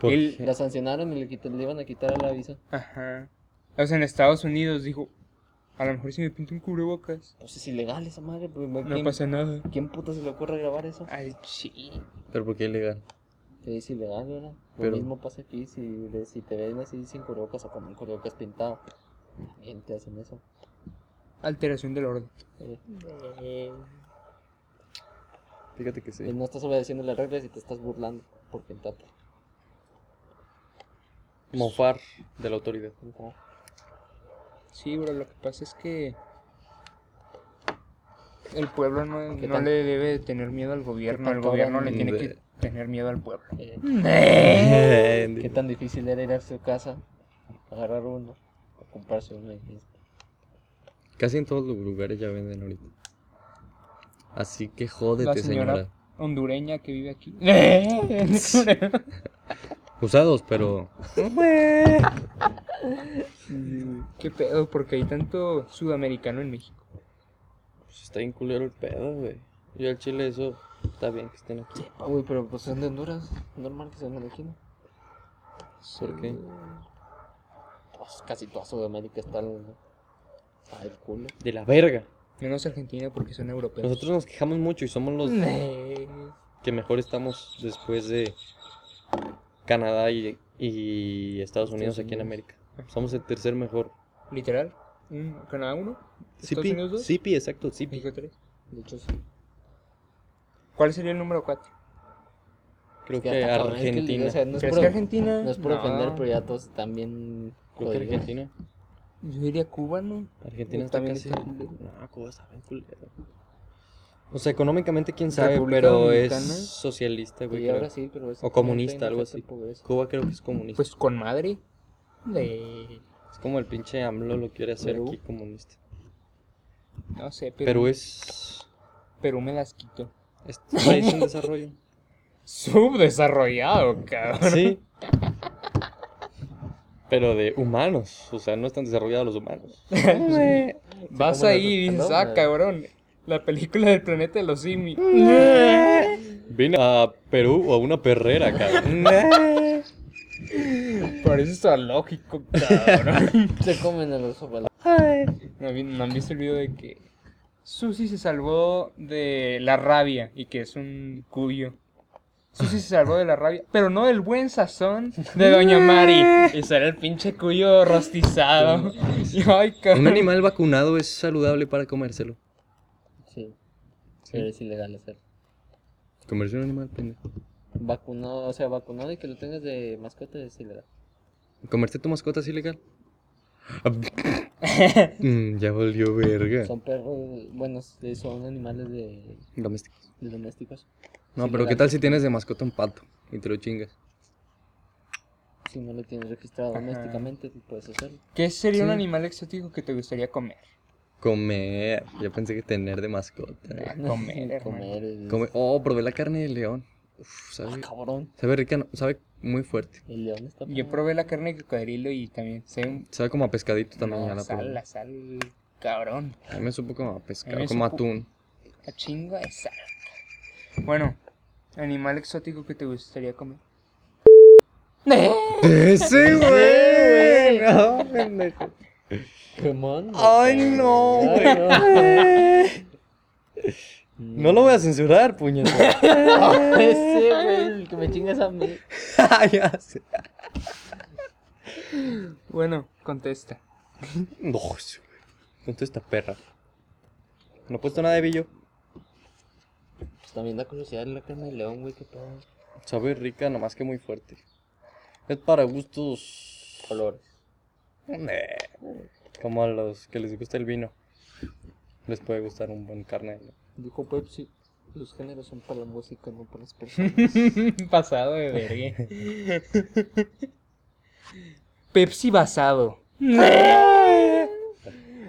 S1: Por-
S3: Él-
S2: La sancionaron y le, quit- le iban a quitar la visa.
S3: Ajá. O sea, en Estados Unidos dijo, a lo mejor si me pinto un cubrebocas,
S2: Pues es ilegal esa madre. Pues,
S3: no
S2: ¿quién,
S3: pasa nada.
S2: ¿Quién puta se le ocurre grabar eso?
S3: Ay, sí.
S1: Pero porque es legal.
S2: Es ilegal, ¿verdad?
S1: Pero-
S2: Lo mismo pasa aquí si, le- si te ven así sin cubrebocas o con un cubrebocas pintado. También te hacen eso.
S3: Alteración del orden.
S2: Eh,
S1: Fíjate que sí.
S2: Y pues, no estás obedeciendo las reglas y te estás burlando por pintarte.
S1: Mofar de la autoridad.
S2: Ujú.
S3: Sí, bro, lo que pasa es que el pueblo no,
S2: ¿Qué
S3: no
S2: tan-
S3: le debe de tener miedo al gobierno,
S2: tan
S3: el gobierno le
S2: cabrón?
S3: tiene
S1: De-
S3: que tener miedo al pueblo.
S2: Eh, ¿Qué
S1: Bien,
S2: tan difícil era ir a su casa, agarrar uno o comprarse uno? ahí mismo?
S1: Casi en todos los lugares ya venden ahorita. Así que
S3: La
S1: jódete,
S3: señora
S1: señora.
S3: hondureña que vive aquí.
S1: Usados, pero.
S3: ¿Qué pedo? Porque hay tanto sudamericano en México.
S1: Pues está bien culero el pedo, güey. Yo al chile, eso está bien que estén aquí.
S2: Ah, güey, pero pues son de Honduras, normal que sean de aquí, ¿no?
S1: ¿Por qué?
S2: Eh, Pues, casi toda Sudamérica está al, está al culo.
S1: De la verga.
S3: Menos Argentina porque son europeos.
S1: Nosotros nos quejamos mucho y somos los
S3: Eh,
S1: que mejor estamos después de Canadá y, y Estados Unidos aquí en América. Somos el tercer mejor.
S3: Literal. ¿Un- Canadá uno. Estados
S1: Sipi,
S3: Unidos dos.
S1: Sipi, exacto, Sipi.
S3: México tres.
S2: De hecho, sí.
S3: ¿Cuál sería el número cuatro?
S1: Creo
S2: Ya
S1: que
S2: está cabrón, es que,
S1: Argentina.
S2: o sea, no es
S3: ¿Crees
S2: por,
S3: que Argentina?
S2: no es por ofender,
S3: No.
S2: pero ya todos están bien
S1: Creo que
S2: jodidos.
S1: Argentina.
S3: Yo diría Cuba, ¿no?
S1: Argentina
S3: Yo
S1: está
S3: también
S1: casi.
S3: está
S1: No, Cuba está bien culero. O sea, económicamente quién sabe,
S3: República
S1: pero
S3: Dominicana.
S1: es socialista, güey.
S2: Y
S1: creo.
S2: ahora sí, pero es-
S1: O comunista, algo
S2: está en
S1: así.
S2: pobreza.
S1: Cuba creo que es comunista.
S3: Pues con madre. Le-
S1: es como el pinche AMLO lo quiere hacer
S2: Perú.
S1: aquí comunista.
S3: No sé, Perú.
S1: Perú es.
S3: Perú me las quito.
S1: es país en desarrollo.
S3: Subdesarrollado, cabrón.
S1: Sí. Pero de humanos, o sea, no están desarrollados los humanos.
S3: Vas
S2: ¿Cómo
S3: ahí
S2: le-
S3: y dices,
S2: no?
S3: ah, cabrón, la película del planeta de los simios.
S1: Vine a Perú o a una perrera, cabrón.
S3: Por eso está lógico, cabrón.
S2: Se comen a los abuelos.
S3: ¿No, vi- no han visto el video de que Susi se salvó de la rabia y que es un cuyo? Susi se salvó de la rabia, pero no del buen sazón de Doña Mari. Y será el pinche cuyo rostizado. Y, ay,
S1: Un
S3: cabrón.
S1: animal vacunado es saludable para comérselo.
S2: Sí. Pero es ilegal hacer.
S1: Comerse un animal, pendejo.
S2: Vacunado, o sea, vacunado y que lo tengas de mascota es ilegal.
S1: ¿Comerte tu mascota es ilegal? Mm, ya volvió verga.
S2: Son perros, bueno, sí, son animales de,
S1: Doméstico.
S2: de domésticos.
S1: No,
S2: Sí,
S1: pero ¿qué
S2: legal.
S1: tal si tienes de mascota un pato y te lo chingas?
S2: Si no lo tienes registrado
S3: Ajá.
S2: domésticamente, tú puedes hacerlo.
S3: ¿Qué sería un
S1: Sí.
S3: animal exótico que te gustaría comer?
S1: Comer. Yo pensé que tener de mascota.
S3: Ah, Comer, hermano.
S2: Comer. es-
S1: Comer. Oh, probé la carne de león. Uf,
S2: Ah,
S1: sabe,
S2: cabrón.
S1: sabe rica, no, sabe muy fuerte.
S2: El león está.
S3: Yo
S2: perro.
S3: probé la carne de cocodrilo y también sé un...
S1: Sabe como a pescadito también. ya
S3: No,
S1: la probé.
S3: sal, la sal, cabrón.
S1: A mí me supo como a pescado,
S3: A mí me
S1: como
S3: supo-
S1: atún.
S3: La chingo de sal. Bueno, animal exótico que te gustaría comer.
S1: ¡Ese, güey! No, pendejo.
S2: Pokémon.
S1: Ay, no, güey. No lo voy a censurar, puñetazo.
S2: Ese, güey, el que me chingas a mí. Pues,
S1: Ya sé.
S3: Bueno, contesta.
S1: No, ese, güey. Contesta perra. No he puesto nada de billo.
S2: Pues también da curiosidad la carne de león, güey, qué pedo.
S1: Sabe rica, nomás que muy fuerte. Es para gustos.
S2: Colores.
S1: Eh, Como a los que les gusta el vino. Les puede gustar un buen carne. ¿no?
S2: Dijo Pepsi. Los géneros son para la música, no para las personas.
S3: Pasado de verga. Pepsi basado.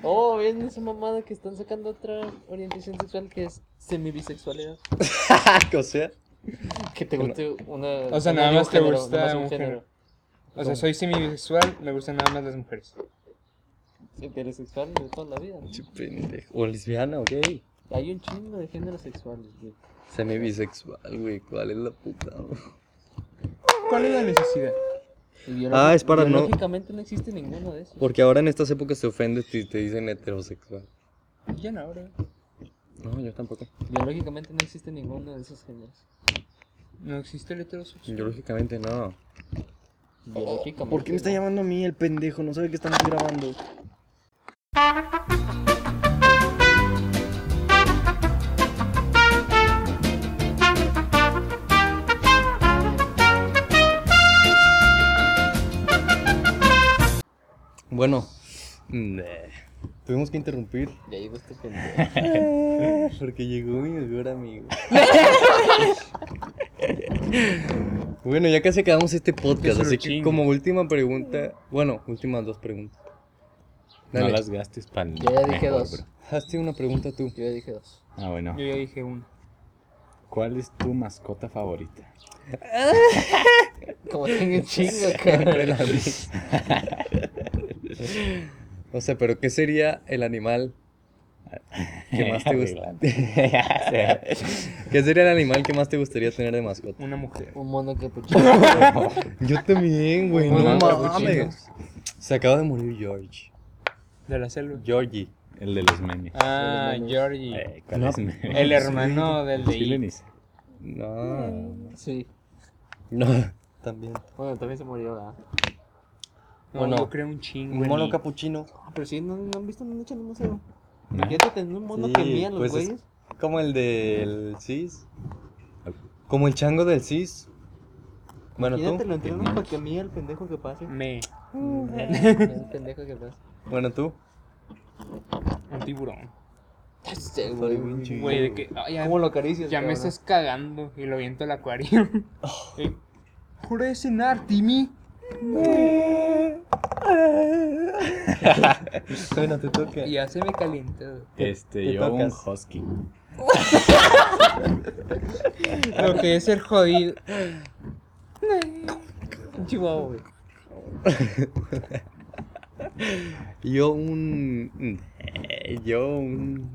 S2: Oh, ven esa mamada que están sacando otra orientación sexual que es semibisexualidad.
S1: o sea,
S2: Que te guste una.
S3: O sea,
S2: una de
S3: nada
S2: un
S3: más te
S2: género,
S3: gusta
S2: nada más de
S3: un género. O sea, soy semibisexual, me gustan nada más las mujeres.
S2: Heterosexual de toda la vida. ¿no?
S1: che pendejo. O lesbiana, ok.
S2: Hay un chingo de géneros sexuales, güey.
S1: Semi bisexual, güey. ¿Cuál es la puta?
S3: ¿Cuál es la necesidad?
S2: Y biolo-
S1: Ah, es para no-
S2: Biológicamente no existe ninguno de esos.
S1: Porque ahora en estas épocas te ofendes si te dicen heterosexual.
S3: Ya no, bro.
S1: No, yo tampoco.
S2: Biológicamente no existe ninguno de esos géneros.
S3: No existe el heterosexual.
S1: Yo lógicamente no.
S2: Biológicamente.
S1: ¿Por qué me está
S2: no.
S1: llamando a mí el pendejo? No sabe que estamos grabando. Bueno, nah, tuvimos que interrumpir
S2: Ya llegó este pendejo.
S1: porque llegó mi mejor amigo. bueno, ya casi acabamos este podcast, así que
S3: Chinga.
S1: como última pregunta, bueno, últimas dos preguntas. Dale,
S4: No las gastes pan.
S2: Yo ya dije dos.
S1: hazte una pregunta tú.
S2: Yo ya dije dos.
S4: Ah, bueno.
S3: Yo ya dije uno.
S4: ¿Cuál es tu mascota favorita?
S2: Como tengo un chingo, cabrón.
S1: O sea, pero ¿qué sería el animal que más te gusta? ¿Qué sería el animal que más te gustaría tener de mascota?
S3: Una mujer.
S2: Un mono capuchino.
S1: Yo también, güey,
S3: Bueno,
S1: no
S3: capuchino.
S1: mames. Se acaba de morir George.
S3: De la selva.
S1: Georgie.
S4: El de los memes.
S3: Ah,
S2: Los memes.
S3: Georgie.
S4: Eh, ¿Cuál
S1: No.
S4: es meme?
S3: El hermano del de
S4: Chile
S3: I.
S4: ni sé.
S1: No.
S2: Sí.
S1: No, también.
S2: Bueno, también se murió, ¿verdad?
S3: No,
S1: Bueno,
S3: yo creo un chingo.
S1: Un
S3: en
S1: mono
S3: I.
S1: capuchino.
S2: Ah, pero sí, ¿no, no han visto no echan en un museo?
S4: No.
S2: Imagínate tener un mono que
S1: Sí,
S2: mía los
S1: pues es-
S2: güeyes.
S1: Como el del CIS. Como el chango del CIS. Bueno,
S2: Imagínate,
S1: tú. Mm.
S2: lo entrenan para que mía el pendejo que pase.
S3: Me.
S2: el pendejo que pase.
S1: Bueno, tú.
S3: Un tiburón.
S2: Ya sé,
S1: Soy bien
S2: Este, güey.
S1: chido.
S3: Güey, de que. ay, ya-
S2: ¿Cómo lo acaricias?
S3: Ya me
S2: cabrón?
S3: estás cagando y lo viento al acuario. Eh, Juro de cenar, Timmy.
S1: Bueno, te toca.
S3: Y ya se me calentó.
S4: Este,
S1: te
S4: yo un
S1: tocas.
S4: husky.
S3: Lo que es ser jodido.
S2: Un chihuahua, güey.
S1: Yo un. Yo un.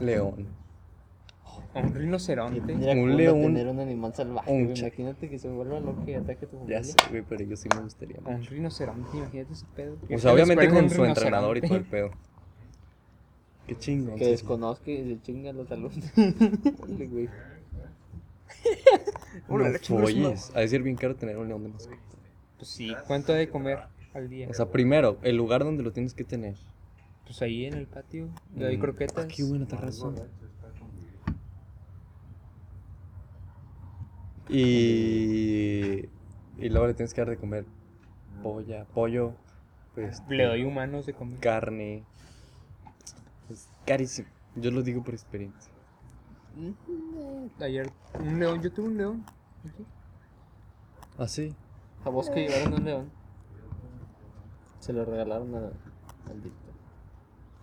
S1: León.
S3: O un rinoceronte.
S2: Tendría
S1: Un
S2: culo
S1: león,
S2: tener un animal salvaje,
S1: un
S2: güey.
S1: cha-
S2: Imagínate que se vuelva loco y ataque a tu familia.
S1: Ya sé, güey, pero yo sí me gustaría.
S3: O un rinoceronte, imagínate ese pedo.
S1: O sea, obviamente con su entrenador y todo el pedo. Qué chingón.
S2: Que
S1: sí.
S2: desconozca y se chinga a los alumnos. Dale, güey.
S1: No folles. A decir bien caro tener un león de mascota.
S3: Pues sí, ¿cuánto ha de comer al día?
S1: O sea, primero, el lugar donde lo tienes que tener.
S3: pues ahí en el patio, le doy
S1: Mm.
S3: croquetas.
S1: Ah, qué buena terraza. Y. Y luego le tienes que dar de comer polla, pollo, pues,
S3: Le doy humanos de comer.
S1: carne. Es carísimo. Yo lo digo por experiencia.
S3: Ayer, un león, yo tuve un león. aquí.
S1: ¿Ah, sí?
S2: A vos que llevaron un león. Se lo regalaron a- al dictador.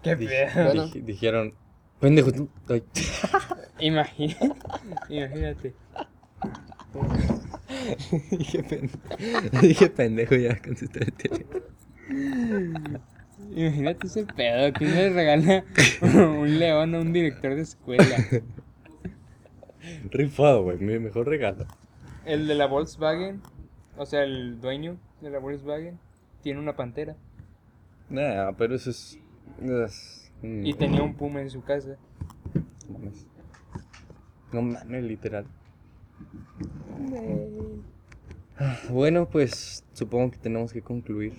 S3: Qué
S1: Dij-
S3: pedo.
S2: Bueno.
S1: dij- dijeron, pendejo, tú- ay,
S3: Imagínate. Imagínate.
S1: dije, pendejo, dije pendejo, ya contesté el teléfono.
S3: Imagínate ese pedo. ¿Quién le regala un león a un director de escuela?
S1: Rifado, güey, mi mejor regalo.
S3: El de la Volkswagen, o sea, el dueño de la Volkswagen, tiene una pantera.
S1: Nah, pero eso es. es-
S3: Y
S1: mm,
S3: tenía un puma en su casa.
S1: No mames. No mames, literal. Ah, Bueno, pues supongo que tenemos que concluir.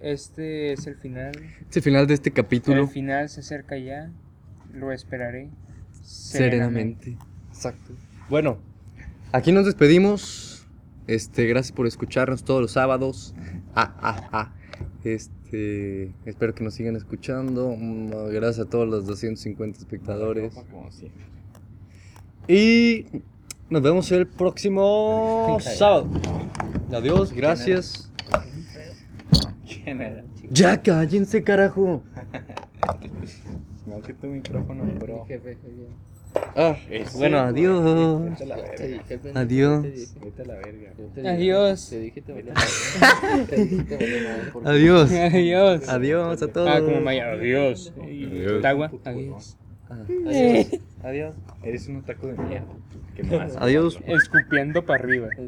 S3: Este es el final.
S1: Es el final de este
S3: El
S1: capítulo.
S3: final se acerca ya. Lo esperaré.
S1: Serenamente. Exacto. Bueno, aquí nos despedimos. Este, gracias por escucharnos todos los sábados. Ah, ah, ah. Este, espero que nos sigan escuchando. Mm, Gracias a todos los 250 espectadores.
S4: Como siempre.
S1: Y nos vemos el próximo sábado. Adiós, gracias.
S4: ¿Quién era?
S1: Ya cállense, carajo.
S4: No, que tu micrófono, bro.
S2: Jefe, jefe.
S1: Ah,
S4: Ese,
S1: bueno,
S4: güey.
S1: adiós.
S4: Vete a la
S2: Yo te
S4: verga.
S2: dije, pendejo,
S1: Adiós.
S2: yo te dije.
S4: Vete a la verga.
S2: Yo te dije,
S3: Adiós.
S2: Te dije te valía madre. Te dije te valía madre porque-
S1: Adiós.
S3: Adiós.
S1: Adiós a todos.
S3: Ah, como Maya. Adiós.
S4: Adiós.
S3: Tagua. Adiós.
S1: Ah,
S2: Adiós.
S1: Adiós.
S4: Eres un taco de mierda. ¿Qué más?
S1: Adiós.
S3: Escupiendo para arriba.